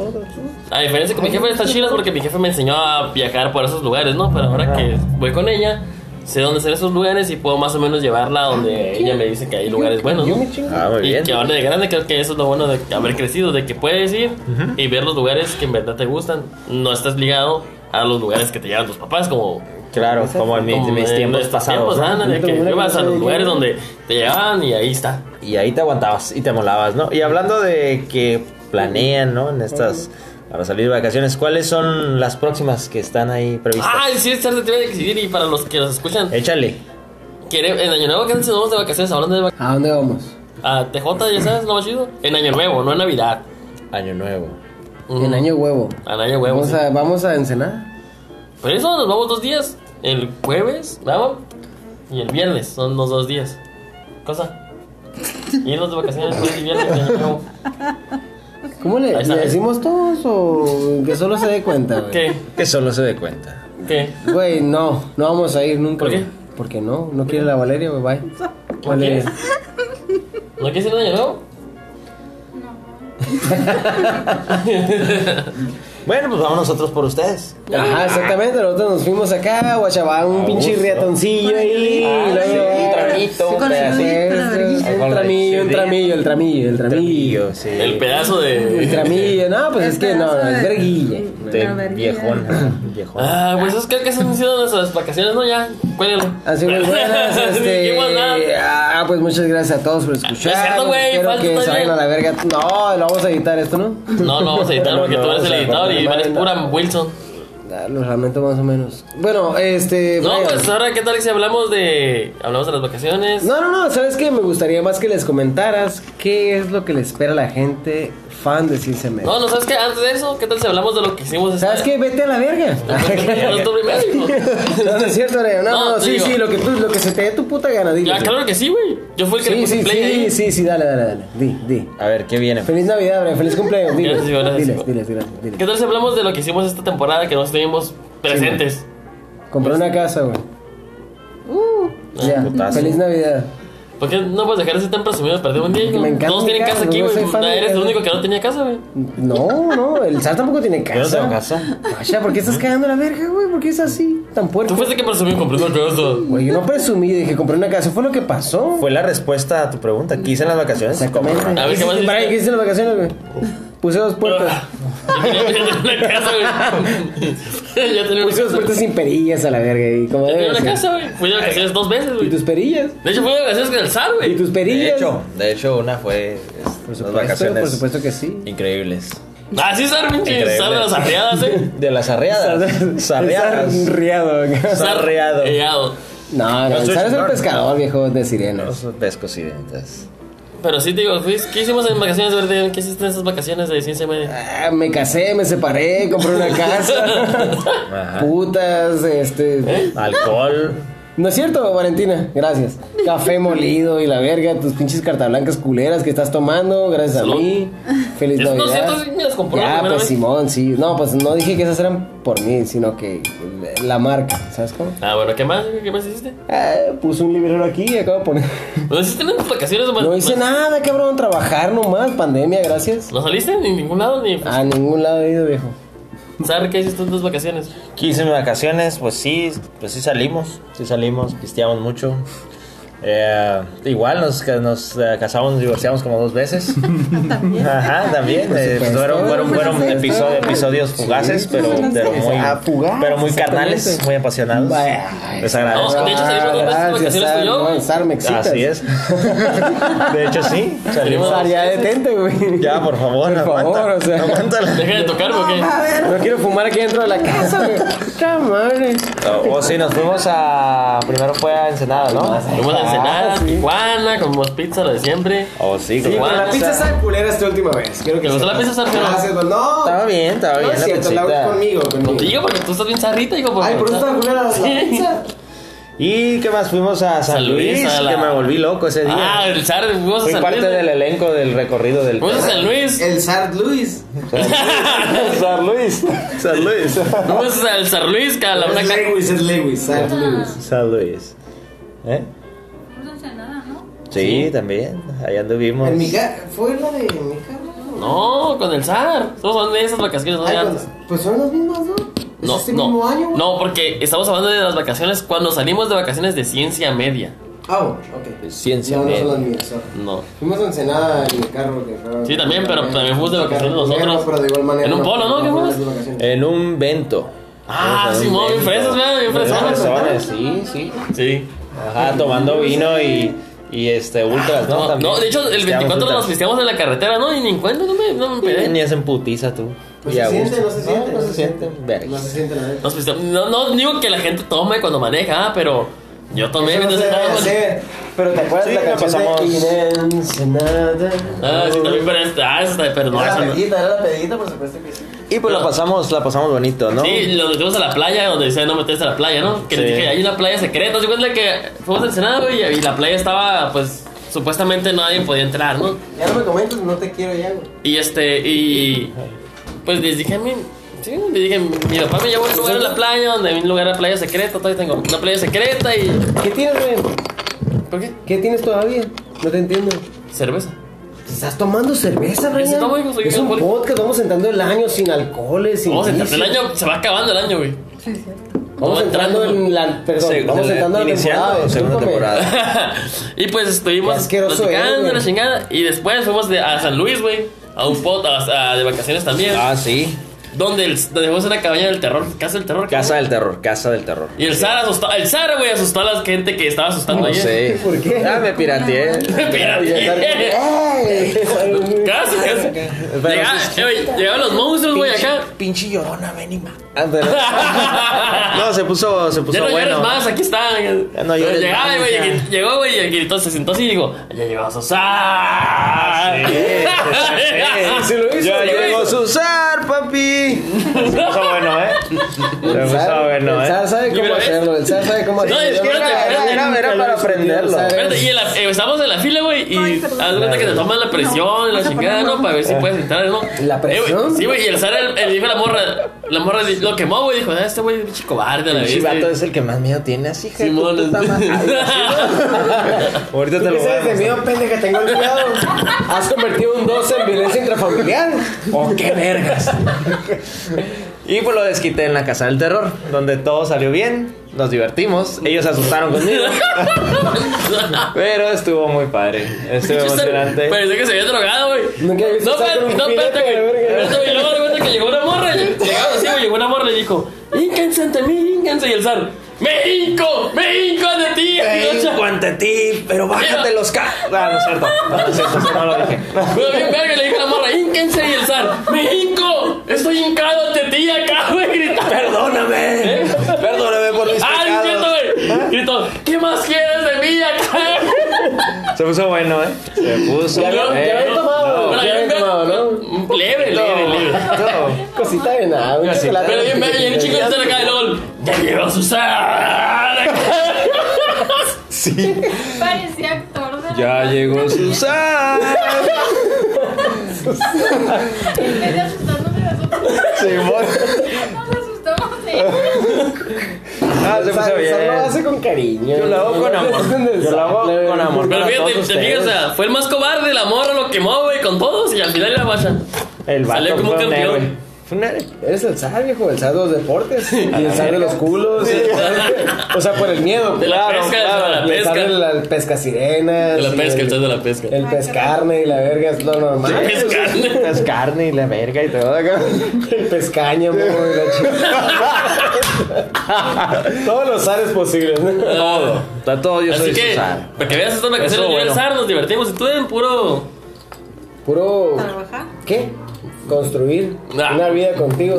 a diferencia con mi jefe, está chido porque mi jefe me enseñó a viajar por esos lugares, ¿no? Pero ahora que voy con ella, sé dónde son esos lugares y puedo más o menos llevarla a donde ella me dice que hay lugares buenos. Yo ¿no? me chingo. Ah, muy Y bien. que ahora de grande creo que eso es lo bueno de haber crecido, de que puedes ir y ver los lugares que en verdad te gustan. No estás ligado a los lugares que te llevan tus papás, como Claro, como en mis, como mis en tiempos nuestros pasados. tiempos, ¿no? ándale, Yo que tengo una ibas a cosa los de- lugares donde te llevaban y ahí está. Y ahí te aguantabas y te molabas, ¿no? Y hablando de que planean, ¿no? En estas. Para salir de vacaciones, ¿cuáles son las próximas que están ahí previstas? Ay, Ah, sí, es tarde, te voy a decidir. Y para los que nos escuchan, Eh. Échale. quere- en Año Nuevo, que nos vamos de vacaciones hablando de vacaciones. ¿A dónde vamos? A TJ, ya sabes, lo más chido. En Año Nuevo, no en Navidad. Mm. Año nuevo. En año huevo. Al año huevo. Vamos sí. a, vamos a Ensenada. Por eso nos vamos dos días. El jueves, vamos. Y el viernes, son los dos días. Cosa. Irnos de vacaciones jueves y viernes. Año Nuevo. ¿Cómo le, Ahí está. le decimos todos o que solo se dé cuenta, güey? ¿Qué? Que solo se dé cuenta. ¿Qué? Güey, no, no vamos a ir nunca. ¿Por qué? güey. Porque no, no quiere la Valeria, güey, bye. Valeria. ¿No quieres ir al Año Nuevo? Bueno, pues vamos nosotros por ustedes. Ajá, exactamente, nosotros nos fuimos acá, guachabán, un pinche gusto. riatoncillo ahí. Ah, y luego- sí, un traguito, un Con el- pedacito. Un este, tramillo, un tramillo, el tramillo, el tramillo. sí. El pedazo El de. tramillo, no, pues es que no, es verguilla. De viejón. viejón. Ah, pues es, creo que esas han sido nuestras vacaciones, ¿no? Ya, cuélgale. Así que buenas, ¿Qué más da? este, ah, pues muchas gracias a todos por escuchar. cierto, güey, Espero falta que se vayan todavía. a la verga. No, lo vamos a editar esto, ¿no? No, no vamos a editar porque tú eres el editor y eres pura Wilson. Ah, Lo lamento más o menos. Bueno, este. No, Brian. pues ahora, ¿qué tal si hablamos de. Hablamos de las vacaciones? No, no, no, ¿sabes qué? Me gustaría más que les comentaras qué es lo que le espera a la gente fan de Ciencia Media. No, pues, eh, no, ¿sabes qué? Antes de eso, ¿qué tal si hablamos de lo que hicimos esta- ¿Sabes qué? Vete a la verga. Pero tú primero, hijo. no, no es cierto, pues, eh, Brian. No, No, no, te sí, digo. sí, lo que, tú- lo que se te dé tu puta gana, dilo. Ya, claro que sí, güey. Yo fui el que le Sí, puse sí, play sí, ahí. sí, sí, dale, dale, dale. Di, di. A ver, ¿qué viene? Feliz Navidad, Brian. Feliz cumpleaños. Diles, Gracias, gracias. diles, diles, gracias, diles. ¿Qué tal si hablamos de lo que hicimos esta temporada que no estuvimos presentes? Compré una casa, güey. Ah, ya, putazo. feliz Navidad. ¿Por qué no puedes dejar ese tan presumido de perder un día? Porque hijo? me encanta Todos mi tienen casa, casa aquí, no güey. soy fan de Eres el casa. único que no tenía casa, güey. No, no, el SAR tampoco tiene casa. Yo no tengo casa. Vaya, ¿por qué estás cagando la verga, güey? ¿Por qué es así? Tan puerco. Tú fuiste el que presumió compré una casa. Güey, yo no presumí, dije, compré una casa. Fue lo que pasó. Fue la respuesta a tu pregunta. ¿Qué hice en las vacaciones? Exactamente. Ah, A ver, ¿qué más Oh. Ah. Brian, hiciste? ¿qué hiciste en las vacaciones, güey? Puse dos puertas. Yo tenía una casa, güey. Yo tenía una Puse dos casa. puertas sin perillas a la verga. Y como Yo tenía debe una ser. casa, güey. Fui de vacaciones dos veces, Y güey. tus perillas. De hecho, fui de vacaciones con el SAR, Y güey. tus De perillas. hecho, de hecho, una fue es, Por unas supuesto, vacaciones por supuesto que sí. increíbles. Ah, sí, SAR, pinche. Increíble. SAR de las arreadas, eh. De las arreadas. Sarreadas. Estás riado, güey. Sarreado. Sarreado. No, No no, soy sabes el chingón. pescador, viejo, de sirenas. Los pescos y dentes. Pero sí, te digo, Luis, ¿qué hicimos en vacaciones, verde? ¿Qué hiciste en esas vacaciones de ciencia media? Ah, me casé, me separé, compré una casa. Ajá. Putas, ¿Eh? este. Alcohol. No es cierto, Valentina, gracias. Café molido y la verga, tus pinches carta blancas culeras que estás tomando, gracias a Salud. mí. Feliz Esos Navidad. 200 sí me los compró la ya, primera pues vez. Simón, sí. No, pues no dije que esas eran por mí, sino que eh, la marca, ¿sabes cómo? Ah, bueno, ¿qué más? ¿Qué más hiciste? Ah, puse un librero aquí y acabo de poner. ¿No hiciste en tus vacaciones? man- No hice man- nada, cabrón, trabajar nomás, pandemia, gracias. ¿No saliste ni en ningún lado? ni A ningún lado he ido, viejo. Ah. ¿Sabes qué hiciste en tus vacaciones? 15 vacaciones, pues sí, pues sí salimos, sí salimos, pisteamos mucho. Eh, igual nos, ca- nos eh, casamos, nos divorciamos como dos veces. Ajá, también. Por eh, supuesto. fueron fueron, fueron Por supuesto. episo- episodios fugaces, Sí, pero, fugaces. pero muy, Ah, fugaz, pero muy carnales, exactamente. muy apasionados. Vaya. Les agradezco. No, de hecho, salimos dos veces de Ah, vacaciones gracias, Sar, tú y yo, no, güey. Sar, me excitas. Así es. De hecho, sí, salimos. Sar, ya detente, güey. Ya, por favor, Por aguanta, favor, o sea. aguanta la- ¿Deja de tocarme o qué? No quiero fumar aquí dentro de la casa, güey. Puta madre. O sí, nos fuimos a. Primero fue a Ensenada, ¿no? Fuimos a cenar, Ah, sí. Tijuana, comimos pizza, lo de siempre. O Oh, sí, Sí, como- con La O sea- pizza sabe culera esta última vez. Quiero que ¿Te gustó la sepas. pizza, Sar, pero? Gracias, No, Estaba bien, estaba bien. No es la cierto, la pizzita. hago conmigo, conmigo. Contigo, porque tú estás bien zarrita, hijo. Ay, por eso está culera la Sí. pizza. ¿Y qué más? Fuimos a San, San Luis, Luis, a la- que me volví loco ese día. Ah, el Sar, fuimos a Fui San parte Luis. del güey. elenco del recorrido del... Fuimos a San Luis. el Sart Luis. San Luis. San Luis. Fuimos al San Luis, que a la una Es ca- Lewis, es Lewis, Ah. Sart Lewis. San Luis. ¿Eh? No se hace nada, ¿no? Sí, también. Ahí anduvimos. En mi ca- ¿Fue la de mi carro? No, con el Sar. Somos son de esas vacaciones, no Ay, de pues, antes. pues son las mismas, ¿no? Es No, este mismo no, año, güey. no, porque estamos hablando de las vacaciones cuando salimos de vacaciones de ciencia media. Ah, bueno, ok. Ciencia No, no son media. las mías. sorry. No. Fuimos a Ensenada en el carro. Que fue- Sí, también, pero también fuimos de vacaciones Carro nosotros. negro, pero de igual manera En un no- polo, ¿no? ¿Qué Eh, fuimos? de vacaciones. En un vento. Ah, sí, muy bien fresas, vean, bien fresas. Personas, Eh, sí, sí. Sí. Ajá, tomando vino y, y este, ultras, ¿no? Ah, No, También. no, de hecho, el Pisteamos 24 nos ultras. pisteamos en la carretera, ¿no? Y ni en cuenta, no me, no me Eh, enteré. Ni hacen putiza tú. No Y a Pues se siente, no gusto. se siente, No, pues se siente. Verga. No se siente la neta. Nos pisteamos- No, no digo que la gente tome cuando maneja, ah, pero yo tomé Eso no mientras se estaba debe con- hacer. Pero te acuerdas Sí, la la canción pues, de pasamos. Irene Ensenada. Ah, sí, también, pero esta, ah, esta, pero no, Era esa la no. pedita, era la pedita, por supuesto que sí. Y pues la pasamos, la pasamos bonito, ¿no? Sí, nos metimos a la playa, donde decía no meterse a la playa, ¿no? Que les Sí. dije, hay una playa secreta. Se cuenta que fuimos al Senado y, y la playa estaba, pues, supuestamente nadie podía entrar, ¿no? Ya no me comentes, no te quiero ya, güey. Y este, y. Pues les dije a mí. Sí, les dije, mi papá me llevó a un lugar en la playa, donde había un lugar a playa secreta, todavía tengo una playa secreta y. ¿Qué tienes, güey? ¿Por qué? ¿Qué tienes todavía? No te entiendo. Cerveza. ¿Estás tomando cerveza, Sí, Brian? tomo, hijo, soy es un alcohólico. podcast, vamos entrando el año sin alcoholes, sin Vamos entrando el vicios. año, se va acabando el año, güey. Sí, es cierto. Vamos Va entrando entrando. en la, perdón, Se- vamos se- entrando en la iniciando temporada, segunda discúlpame. temporada. y pues estuvimos Qué asqueroso eres, platicando güey. la chingada. Y después fuimos de- a San Luis, güey. A un pot, a- a- de vacaciones también. Ah, sí. Donde, el, donde fuimos en la cabaña del terror, casa del terror. Casa cabrón. del terror, casa del terror. Y el Sara asustó, el Sara, güey, asustó a la gente que estaba asustando No ayer. sé. ¿Por qué? Ah, me pirateé. Mira, Casi, casi. Llega- eh, güey, Llegaban los monstruos, güey, acá. Pinche llorona, venima. Ah, No, se puso, se puso Ya no bueno. llores más, aquí está. Ya no llores Llegaba, más, güey, hija. y llegó, güey, y gritó, se sentó así y dijo, ya llegó Susana. Sí, sí, sí. Se lo hizo, Yo lo llego a hizo. susar, papi. Se puso bueno, ¿eh? Se puso El bueno, ¿eh? Sar sabe Y cómo mira, hacerlo, el Sar sabe cómo No, hacerlo. es que era- era- era- era para aprenderlo. Espérate, y en la- eh, estábamos en la fila, güey, y Ay, haz perdón. cuenta que te toman la presión, No, la vas a chingada, ponerlo. ¿no? Para ver si puedes entrar, ¿no? ¿La Eh, güey, presión? sí, güey, y el Sara el- el dijo a la morra, la morra di- lo quemó, güey, dijo, "Ah, este güey es pinche cobarde, la El chivato vez. es el que más miedo tiene, así que. Simón. Ahorita te ¿Qué lo voy a sabes de mostrar. mí, oh, pendeja? Tengo el cuidado. ¿Has convertido un 12 en violencia intrafamiliar? ¿O qué vergas? Oh, Y pues lo desquité en la casa del terror, donde todo salió bien, nos divertimos, ellos se asustaron conmigo, pero estuvo muy padre, estuvo emocionante. Parecía que se había drogado, güey. Nunca había visto No, estar espérate, con un no, espérate, jinete, güey. verga. Espérate, güey, luego de cuenta que llegó una morra. y- Llegaba así, güey, llegó una morra y le dijo: Híncanse ante mí, híncanse. Y el zar: ¡Me hinco! ¡Me hinco ante ti! Ey, así, ocha. cuante ti, pero bájate los ca... Ah, no es cierto, no es cierto, eso no lo dije. Pero bien verga, le dijo a la morra: ¡Híncanse! Y el zar: ¡Me hinco! ¡Estoy hincado ante ti acá, güey! Gritando. Perdóname, perdóname por mis ¡Ah, no es cierto, pecados. güey! Gritó: ¿Qué más quieres de mí acá? Se puso bueno, eh. Se puso Ya habían- ya habían tomado. Pero Ya bien habían tomado, ¿no? verga- Leve, leve, leve. Cosita de nada, un Cosita. chocolate. Pero bien, verga, y el chico de acá de LOL. Ya llegó Susana. Sí. Parecía actor de la Ya llegó Susana. En vez de asustarnos, se asustó. Simón. Nos asustamos de ella. Ah, se El Sar- puso el Sar lo bien. hace con cariño. Yo lo hago con amor. Yo lo hago con amor. Pero para fíjate, todos te fijas, o ustedes. sea, fue el más cobarde, la morra lo quemó, güey, con todos. Y al final la bacha. El vato Salió como fue un campeón. héroe. Fue un héroe. Eres el zar, viejo, el zar de los deportes. Y el zar de los culos. y el zar- o sea, por el miedo. De la claro, pesca, claro. de la Y el zar pesca. de la pesca sirena. De la pesca, el el, chas de la pesca. el pescarne y la verga es lo normal. Es carne. Las carne y la verga y todo acá. El pescaña, amor, y la chingada. Todos los zares posibles. ¿no? Ah, Está todo, yo Así soy que, Susana. para que veas esta vacación, Eso, yo y el bueno. zar nos divertimos. Y tú en puro. Puro. Trabajar. ¿Qué? Construir Nah. una vida contigo.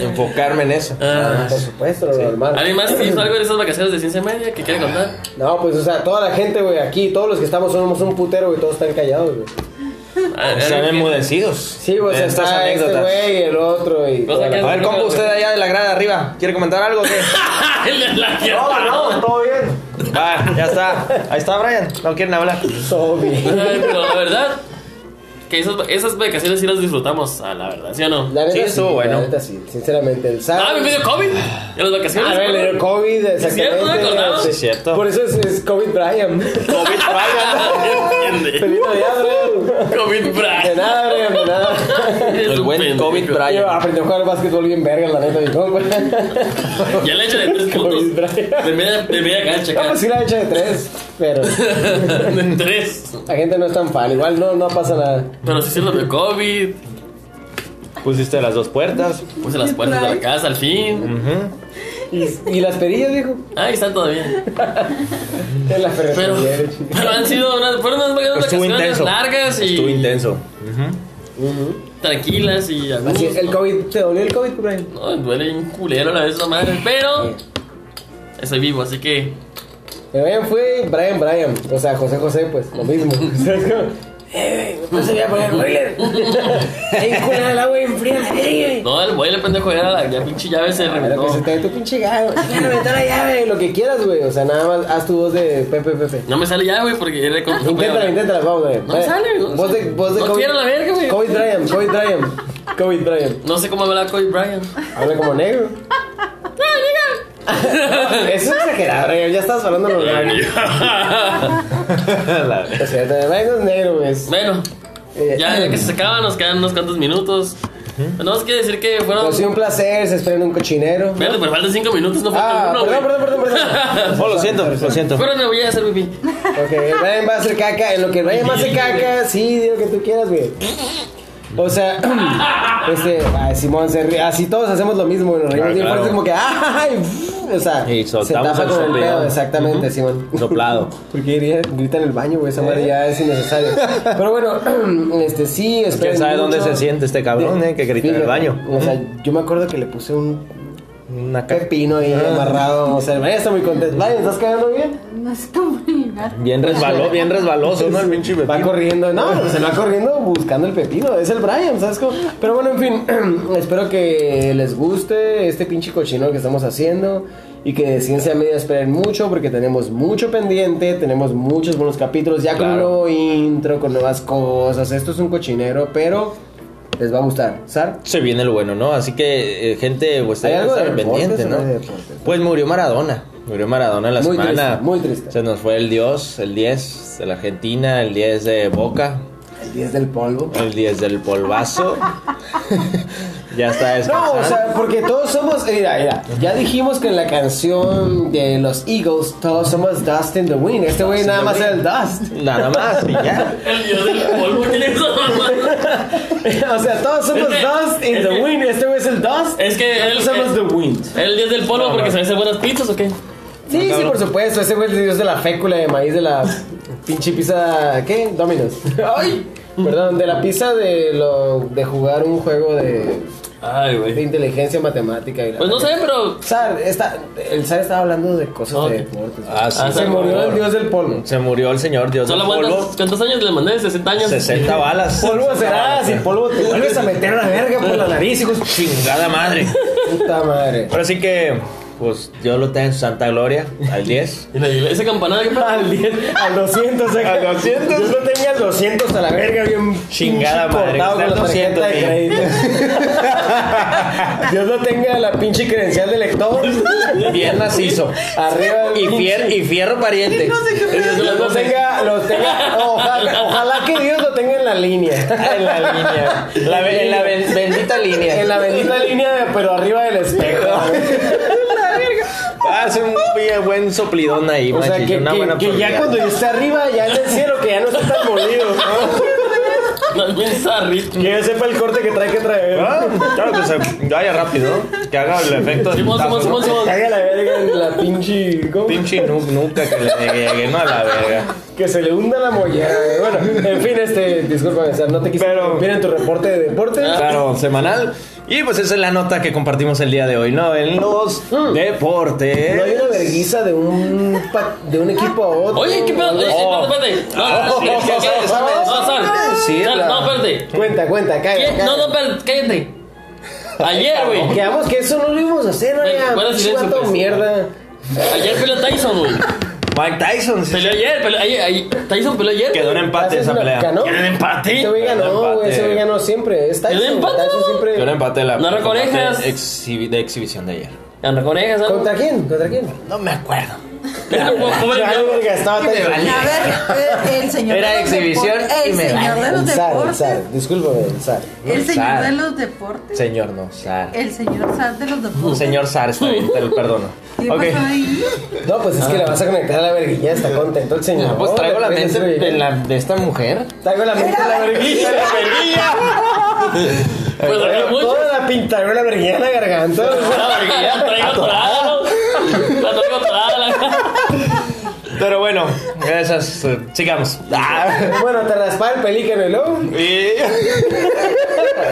Enfocarme en eso. Ah. Por supuesto, lo normal. ¿Alguien más hizo algo en esas vacaciones de ciencia media que quiere contar? No, pues, o sea, toda la gente, güey, aquí, todos los que estamos somos un putero, güey, todos están callados, güey. Ah, Se ¿alguien han que- enmudecidos. Sí, o de sea, pues, estas está este anécdotas. güey y el otro y... Cosa que- A ver, compa, usted allá de la grada arriba. ¿Quiere comentar algo o qué? El de la todo bien. Ah, ya está. Ahí está Brian. No quieren hablar. Todo bien. Ay, Pero la verdad, que esas, esas vacaciones sí las disfrutamos, ah, la verdad, ¿sí o no? La neta Sí, estuvo la bueno. neta sí, sinceramente, el Ah, sábado. me dio COVID en las vacaciones. Ah, güey, le dio COVID, exactamente. cierto, no me acordaba. Sí, es cierto. Por eso es, es COVID Brian. COVID, Brian. Feliz Navidad, Brian. Ah, COVID, De Brian. nada, Brian, de nada. Eres El un buen pendejo. COVID Yo Brian. aprendí a jugar al básquetbol bien verga, la neta, mi compa. Ya le echa de tres puntos. COVID, Brian. De media, de media cancha, No, cara. pues sí la he hecho de tres, pero De tres. la gente no es tan fan. Igual no, no pasa nada. Pero sí, sí, lo de COVID. Pusiste las dos puertas. Puse las puertas de la casa al fin. Y, y las perillas, viejo. Ahí están todavía. En la Pero, ferretería, chico. pero han sido unas, fueron unas vacaciones Estuvo intenso. largas y Estuvo intenso. tranquilas y a Así es, el gusto. COVID, ¿te dolió el COVID, Brian? No, duele un culero la vez la madre, pero estoy vivo, así que El Brian fue Brian Brian, o sea, José José, pues, lo mismo. ¿Sabes cómo? Eh, güey, no se voy a poner boiler. Ahí cuela el agua bien fría, la verga, güey. no el güey le pendejo era la ya pinche llave se Pero reventó. que se te ve tu pinche llave. Ya reventó la llave, lo que quieras, güey. O sea, nada más haz tu voz de Pepe Pepe. No me sale ya, güey, porque era con Inténtala, inténtala, vamos a ver. No sale, güey. Vos de, vos de No quiero la verga, güey. COVID Brian, COVID Brian. COVID Brian. No sé cómo habla Kobe Bryant. Habla como negro. Eso es exagerado, Brian. Ya estabas hablando normal. O sea, Brian no es negro, güey. es- bueno, eh, ya, ya que se acaba, nos quedan unos cuantos minutos. Pues Tenemos que decir que fueron. Ha sido pues un placer, se espera en un cochinero. Espérate, pero faltan cinco minutos, no falta Ah, uno, perdón, güey. perdón, perdón, perdón. Oh, lo siento, lo siento. Pero no voy a hacer pipí. Ok, Brian va a hacer caca. En lo que Brian va a hacer caca, sí, digo que tú quieras, güey. O sea, este, ay, Simón se ríe. Así todos hacemos lo mismo, güey, nos reímos Ah, bien claro. fuerte, como que, ¡ay! O sea, Y se soltamos tapa el con el soplido. pedo, exactamente, Simón. Soplado. Porque iría, grita en el baño, güey, esa Eh. madre ya es innecesario. Pero bueno, este, sí, espero. ¿Quién sabe dónde se siente este cabrón, eh, que grita en el baño? O sea, yo me acuerdo que le puse un Una Ah. ca- pepino ahí amarrado. O sea, el Brian está muy contento. Brian, ¿estás quedando bien? No es como llegar. Bien Pues, resbaló, bien resbaloso, ¿no? El pinche Va pepino. corriendo, no, se va corriendo buscando el pepino, es el Brian, ¿sabes cómo? Pero bueno, en fin, espero que les guste este pinche cochino que estamos haciendo y que de ciencia media esperen mucho porque tenemos mucho pendiente, tenemos muchos buenos capítulos, ya con un Claro. nuevo intro, con nuevas cosas, esto es un cochinero, pero les va a gustar, ¿sar? Se viene el bueno, ¿no? Así que, eh, gente, pues ¿Hay hay que algo de estar deportes pendiente, o ¿no? no hay deportes? Pues murió Maradona. Murió Maradona la Muy semana. triste, muy triste. Se nos fue el dios, el 10 de la Argentina, el 10 de Boca, El 10 del polvo. el 10 del polvazo. ya está No, descansando. o sea, porque todos somos. Mira, mira. Ya dijimos que en la canción de los Eagles, todos somos Dust in the Wind. Este güey nada más era el Dust. Nada más y ya. El dios del polvo tiene esa mamá. o sea, todos somos Es que- Dust in es the que- Wind. Este güey es el Dust. Es que él- Nosotros somos él- The Wind. El dios del polvo porque se hacer buenas pizzas o qué? Sí, sí, por supuesto. Ese güey es el dios de la fécula de maíz de la pinche pizza. ¿Qué? Dominos. ¡Ay! Perdón, de la pizza de lo de jugar un juego de, Ay, de güey. inteligencia matemática. Y la- Pues no sé, pero Sar, está, el Sar estaba hablando de cosas Ok. de deportes. Ah, sí, Ah, Se por murió favor. el dios del polvo. Se murió el señor dios del solo polvo. cuántos, cuántos años le mandé, 60 años. 60 balas. Polvo será, sin polvo te vuelves a meter la verga por la nariz, hijos. Chingada madre. Puta madre. Ahora sí que, pues Dios lo tenga en su santa gloria, al 10. Y la iglesia campanada que Ah, Al 10, al 200, saca. Al 200. Yo no tenía al 200 a la verga, bien Chingada pinche madre, cortado que con la sea el tarjeta de 200, crédito. Dios no tenga la pinche credencial de lector. Bien macizo. Arriba del Y, pinche- fier- y fierro pariente. Dios lo tenga, lo tenga, ojalá, ojalá que Dios lo tenga en la línea. En la línea. La be- en la ben- bendita línea. En la bendita línea, pero arriba del espejo. Ah, Hace un bien buen soplidón ahí, O sea, machín, que, una que- buena que ya soplidada. cuando yo esté arriba, ya en el cielo, que ya no esté tan molido. no es bien sarrito. Que yo sepa el corte que trae que traer. Ah, claro que se vaya rápido, ¿no? Que haga el efecto de Simón, Simón, Simón, Simón. Caga la verga en la pinche. ¿cómo? pinche nu- nunca que le llegue, no a la verga. Que se le hunda la mollera. güey. Bueno, en fin, este. Disculpa, o sea, no te quise. Pero- Viene tu reporte de deporte. Ah. Claro, semanal. Y pues esa es la nota que compartimos el día de hoy, ¿no? En los No hay deportes. una verguiza de un, pa- de un equipo a otro. Oye, ¿qué pedo? Oye, Oh. espérate, espérate. No, Oh. es que- es que- no, Sar. Sí, Sar, la- No, espérate. Cuenta, cuenta, caga. ¿Quién? caga. No, no, espérate, cállate. Ayer, güey. Quedamos que eso no lo íbamos a hacer, Bueno, vaya. bueno, pinche silencio, vato pues. mierda. Ayer fue la Tyson, güey. Mike Tyson. sí, Peleó ayer, peleó, ay, ay, Tyson peleó ayer. Quedó en empate esa pelea. ¿Ganó? ¿Quieren empate? Ese güey Ganó ganó, güey. empate. Ese güey ganó siempre. Es Tyson. ¿Ganó empate, Tyson no? siempre. Quedó en empate la No la reconejas. parte exhibi- de exhibición de ayer. Anda con orejas, ¿no? pues, ¿Contra quién? ¿Contra quién? No me acuerdo. Ya, verga, estaba Tyson. A ver, eh, el señor. Era de los exhibición deportes- y El me señor de los El zar, el deportes. zar. Discúlpame, el zar. El señor Zar. de los deportes. Señor, no, Sar. El señor zar de los deportes. Señor Sar, está bien, te lo perdono. ¿Qué pues, Ok. pasó ahí? No, pues es que la vas a conectar a la verguilla. Está contento el señor. Ah. Pues traigo la Pues, mente güey. de, la- de esta mujer. Traigo la mente de la verguilla. La verguilla. Pues traigo mucho. Toda la pintaron la verguilla en la garganta. La verguilla, traigo atorada, ¿no? La traigo atorada, la- Pero bueno, esas, eh, sigamos. Ah, Bueno, te raspaba el pelícano, ¿no? y-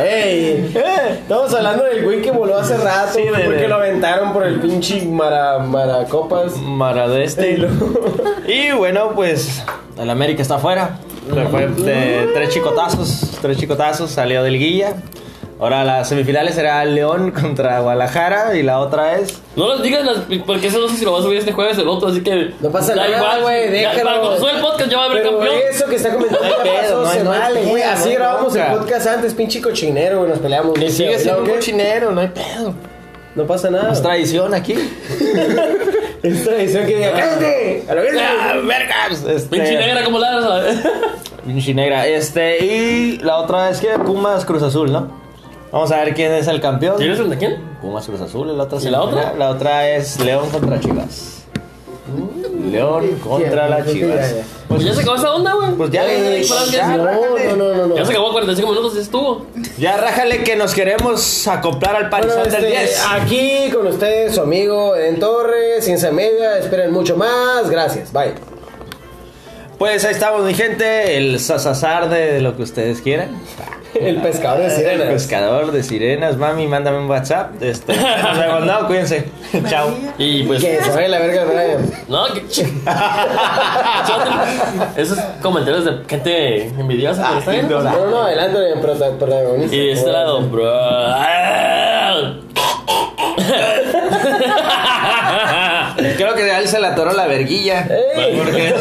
¡Ey! Estamos hablando del güey que voló hace rato, Sí, güey, de- porque de- lo aventaron por el pinche mara, maracopas. Maradeste. Y luego- Y bueno, pues el América está afuera. Le fue de tres chicotazos, tres chicotazos, salió del guía. Ahora las semifinales será León contra Guadalajara y la otra es... No les digas las- porque eso no sé si lo va a subir este jueves o el otro, así que. No pasa da nada, igual. güey, Ya, déjalo. Para cuando sube el podcast ya va a haber Pero este- campeón. eso que está comentando No hay ya pedo, pasó, no hay- se no hay vale, pedo, güey. no hay Así grabamos el bronca. podcast antes, pinche cochinero, güey. Nos peleamos. Y sigue siendo un ¿No? cochinero, no hay pedo. No pasa nada. Es tradición aquí. Es tradición que diga, ¡cállate! ¡A la verga! ¡Ah, vergas! Este- Pinche negra como la. ¿sabes? Pinche negra. Este, y la otra es que Pumas Cruz Azul, ¿no? Vamos a ver quién es el campeón. ¿Tienes el de quién? Pumas Cruz Azul, la otra ¿Y la semifinal. otra? La otra es León contra Chivas. León contra las Chivas. Pues ya se acabó esa onda, güey. Pues ya, Ay, ya, ya. No, no, no, no. Ya se acabó 45 minutos y estuvo. Ya rájale que nos queremos acoplar al Bueno, parizal del este, 10. Aquí con ustedes, su amigo Eden Torres, Ciencia Media. Esperen mucho más. Gracias. Bye. Pues ahí estamos, mi gente. El sasasar de lo que ustedes quieran. El pescador de El sirenas. pescador de sirenas. Mami, mándame un WhatsApp. Este, nos vemos. No, cuídense. Chao. Y pues. Que se vaya la verga el Brian. No, que. Esos comentarios de gente envidiosa, pero está bien. No, no, no, adelante, Brian, prota- protagonista. Y de este lado, bro. Creo que él se la atoró la verguilla. ¡Ey! Porque...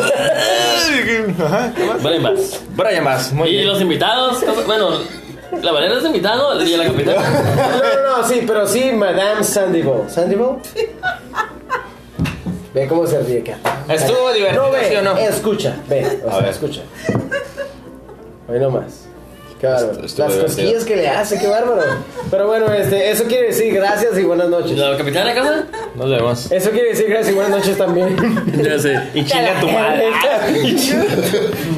Ajá. Vale, más. Brian Bass, muy Y bien. los invitados, cosa- bueno, la Valera es invitado y la capitana. No, no, no, sí, pero sí, Madame Sandival. ¿Sandival? Ve cómo se ríe acá. Estuvo divertido, No, ve, ¿sí o no? escucha, ve, o A sea, ver. escucha. Hoy nomás. Qué bárbaro. Las estuvo divertido. cosquillas que le hace, qué bárbaro. Pero bueno, este, eso quiere decir gracias y buenas ¿Y noches. la capitana de casa? Nos vemos. Eso quiere decir gracias y buenas noches también. Ya sé. Y chinga tu madre.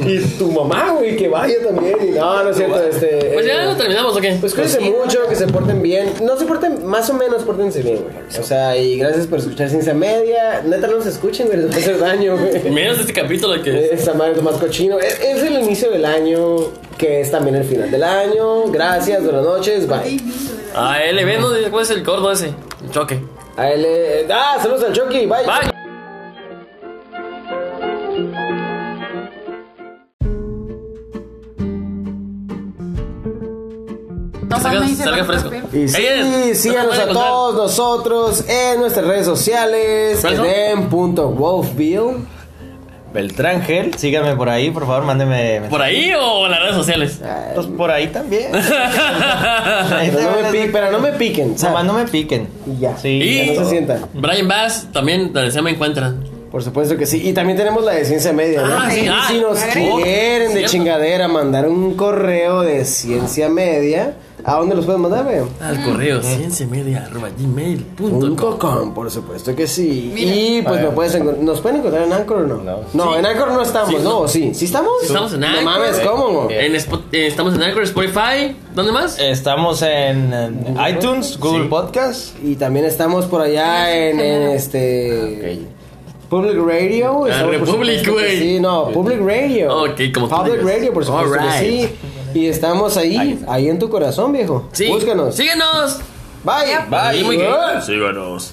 y tu mamá, güey, que vaya también. Y no, no es cierto, este. Pues ya eh, lo terminamos, ¿o qué? Pues cuídense mucho, que se porten bien. No se porten, más o menos, pórtense bien, güey. O sea, y gracias por escuchar Ciencia Media. Neta, no nos escuchen, güey, les va a hacer daño, güey. Menos este capítulo que. Esta madre es lo más cochino. Es, es el inicio del año, que es también el final del año. Gracias, buenas noches, bye. A LB, ¿no? ¿Cuál es el gordo ese? El choque. A él, eh, ah, saludos al Chucky, bye. Bye. No Salga- mames, se salga va a fresco. romper. Y Ey, sí, Ed, síganos ¿dónde pueden a todos nosotros en nuestras redes sociales, ¿Cuáles son? eden.wolfville. Beltrán Gel, síganme por ahí, por favor, mándeme. ¿Por ahí o en las redes sociales? Pues por ahí también. Ahí Pero no me también piquen, pero no me piquen, Nomás ¿sabes? no me piquen. Y ya. Sí. Y- Ya no se sientan. Brian Bass también, donde se me encuentran. Por supuesto que sí. Y también tenemos la de ciencia media, ¿no? Ah, sí, Y ah, si nos madre. quieren de Cierto. chingadera mandar un correo de ciencia media, ¿a dónde los pueden mandar, güey? Al correo cienciamedia.gmail.com Punto com, por supuesto que sí. Y pues me puedes encon- nos pueden encontrar en Anchor o no. No, en Anchor no estamos, Sí, no, sí. ¿Sí estamos? Sí, estamos en Anchor. No mames, ¿cómo? güey? En Spo- eh, estamos en Anchor, Spotify. ¿Dónde más? Estamos en, en iTunes, Google Sí. Podcast. Y también estamos por allá en, en este. Public Radio. Ah, estamos, por Republic, supuesto que güey. Sí, no, Public Radio. Ok, como tú Public digas. Radio, por supuesto que Alright. sí. Y estamos ahí, ahí, en tu corazón, viejo. Sí. Búscanos. Síguenos. Bye. Y muy Bye. Síganos.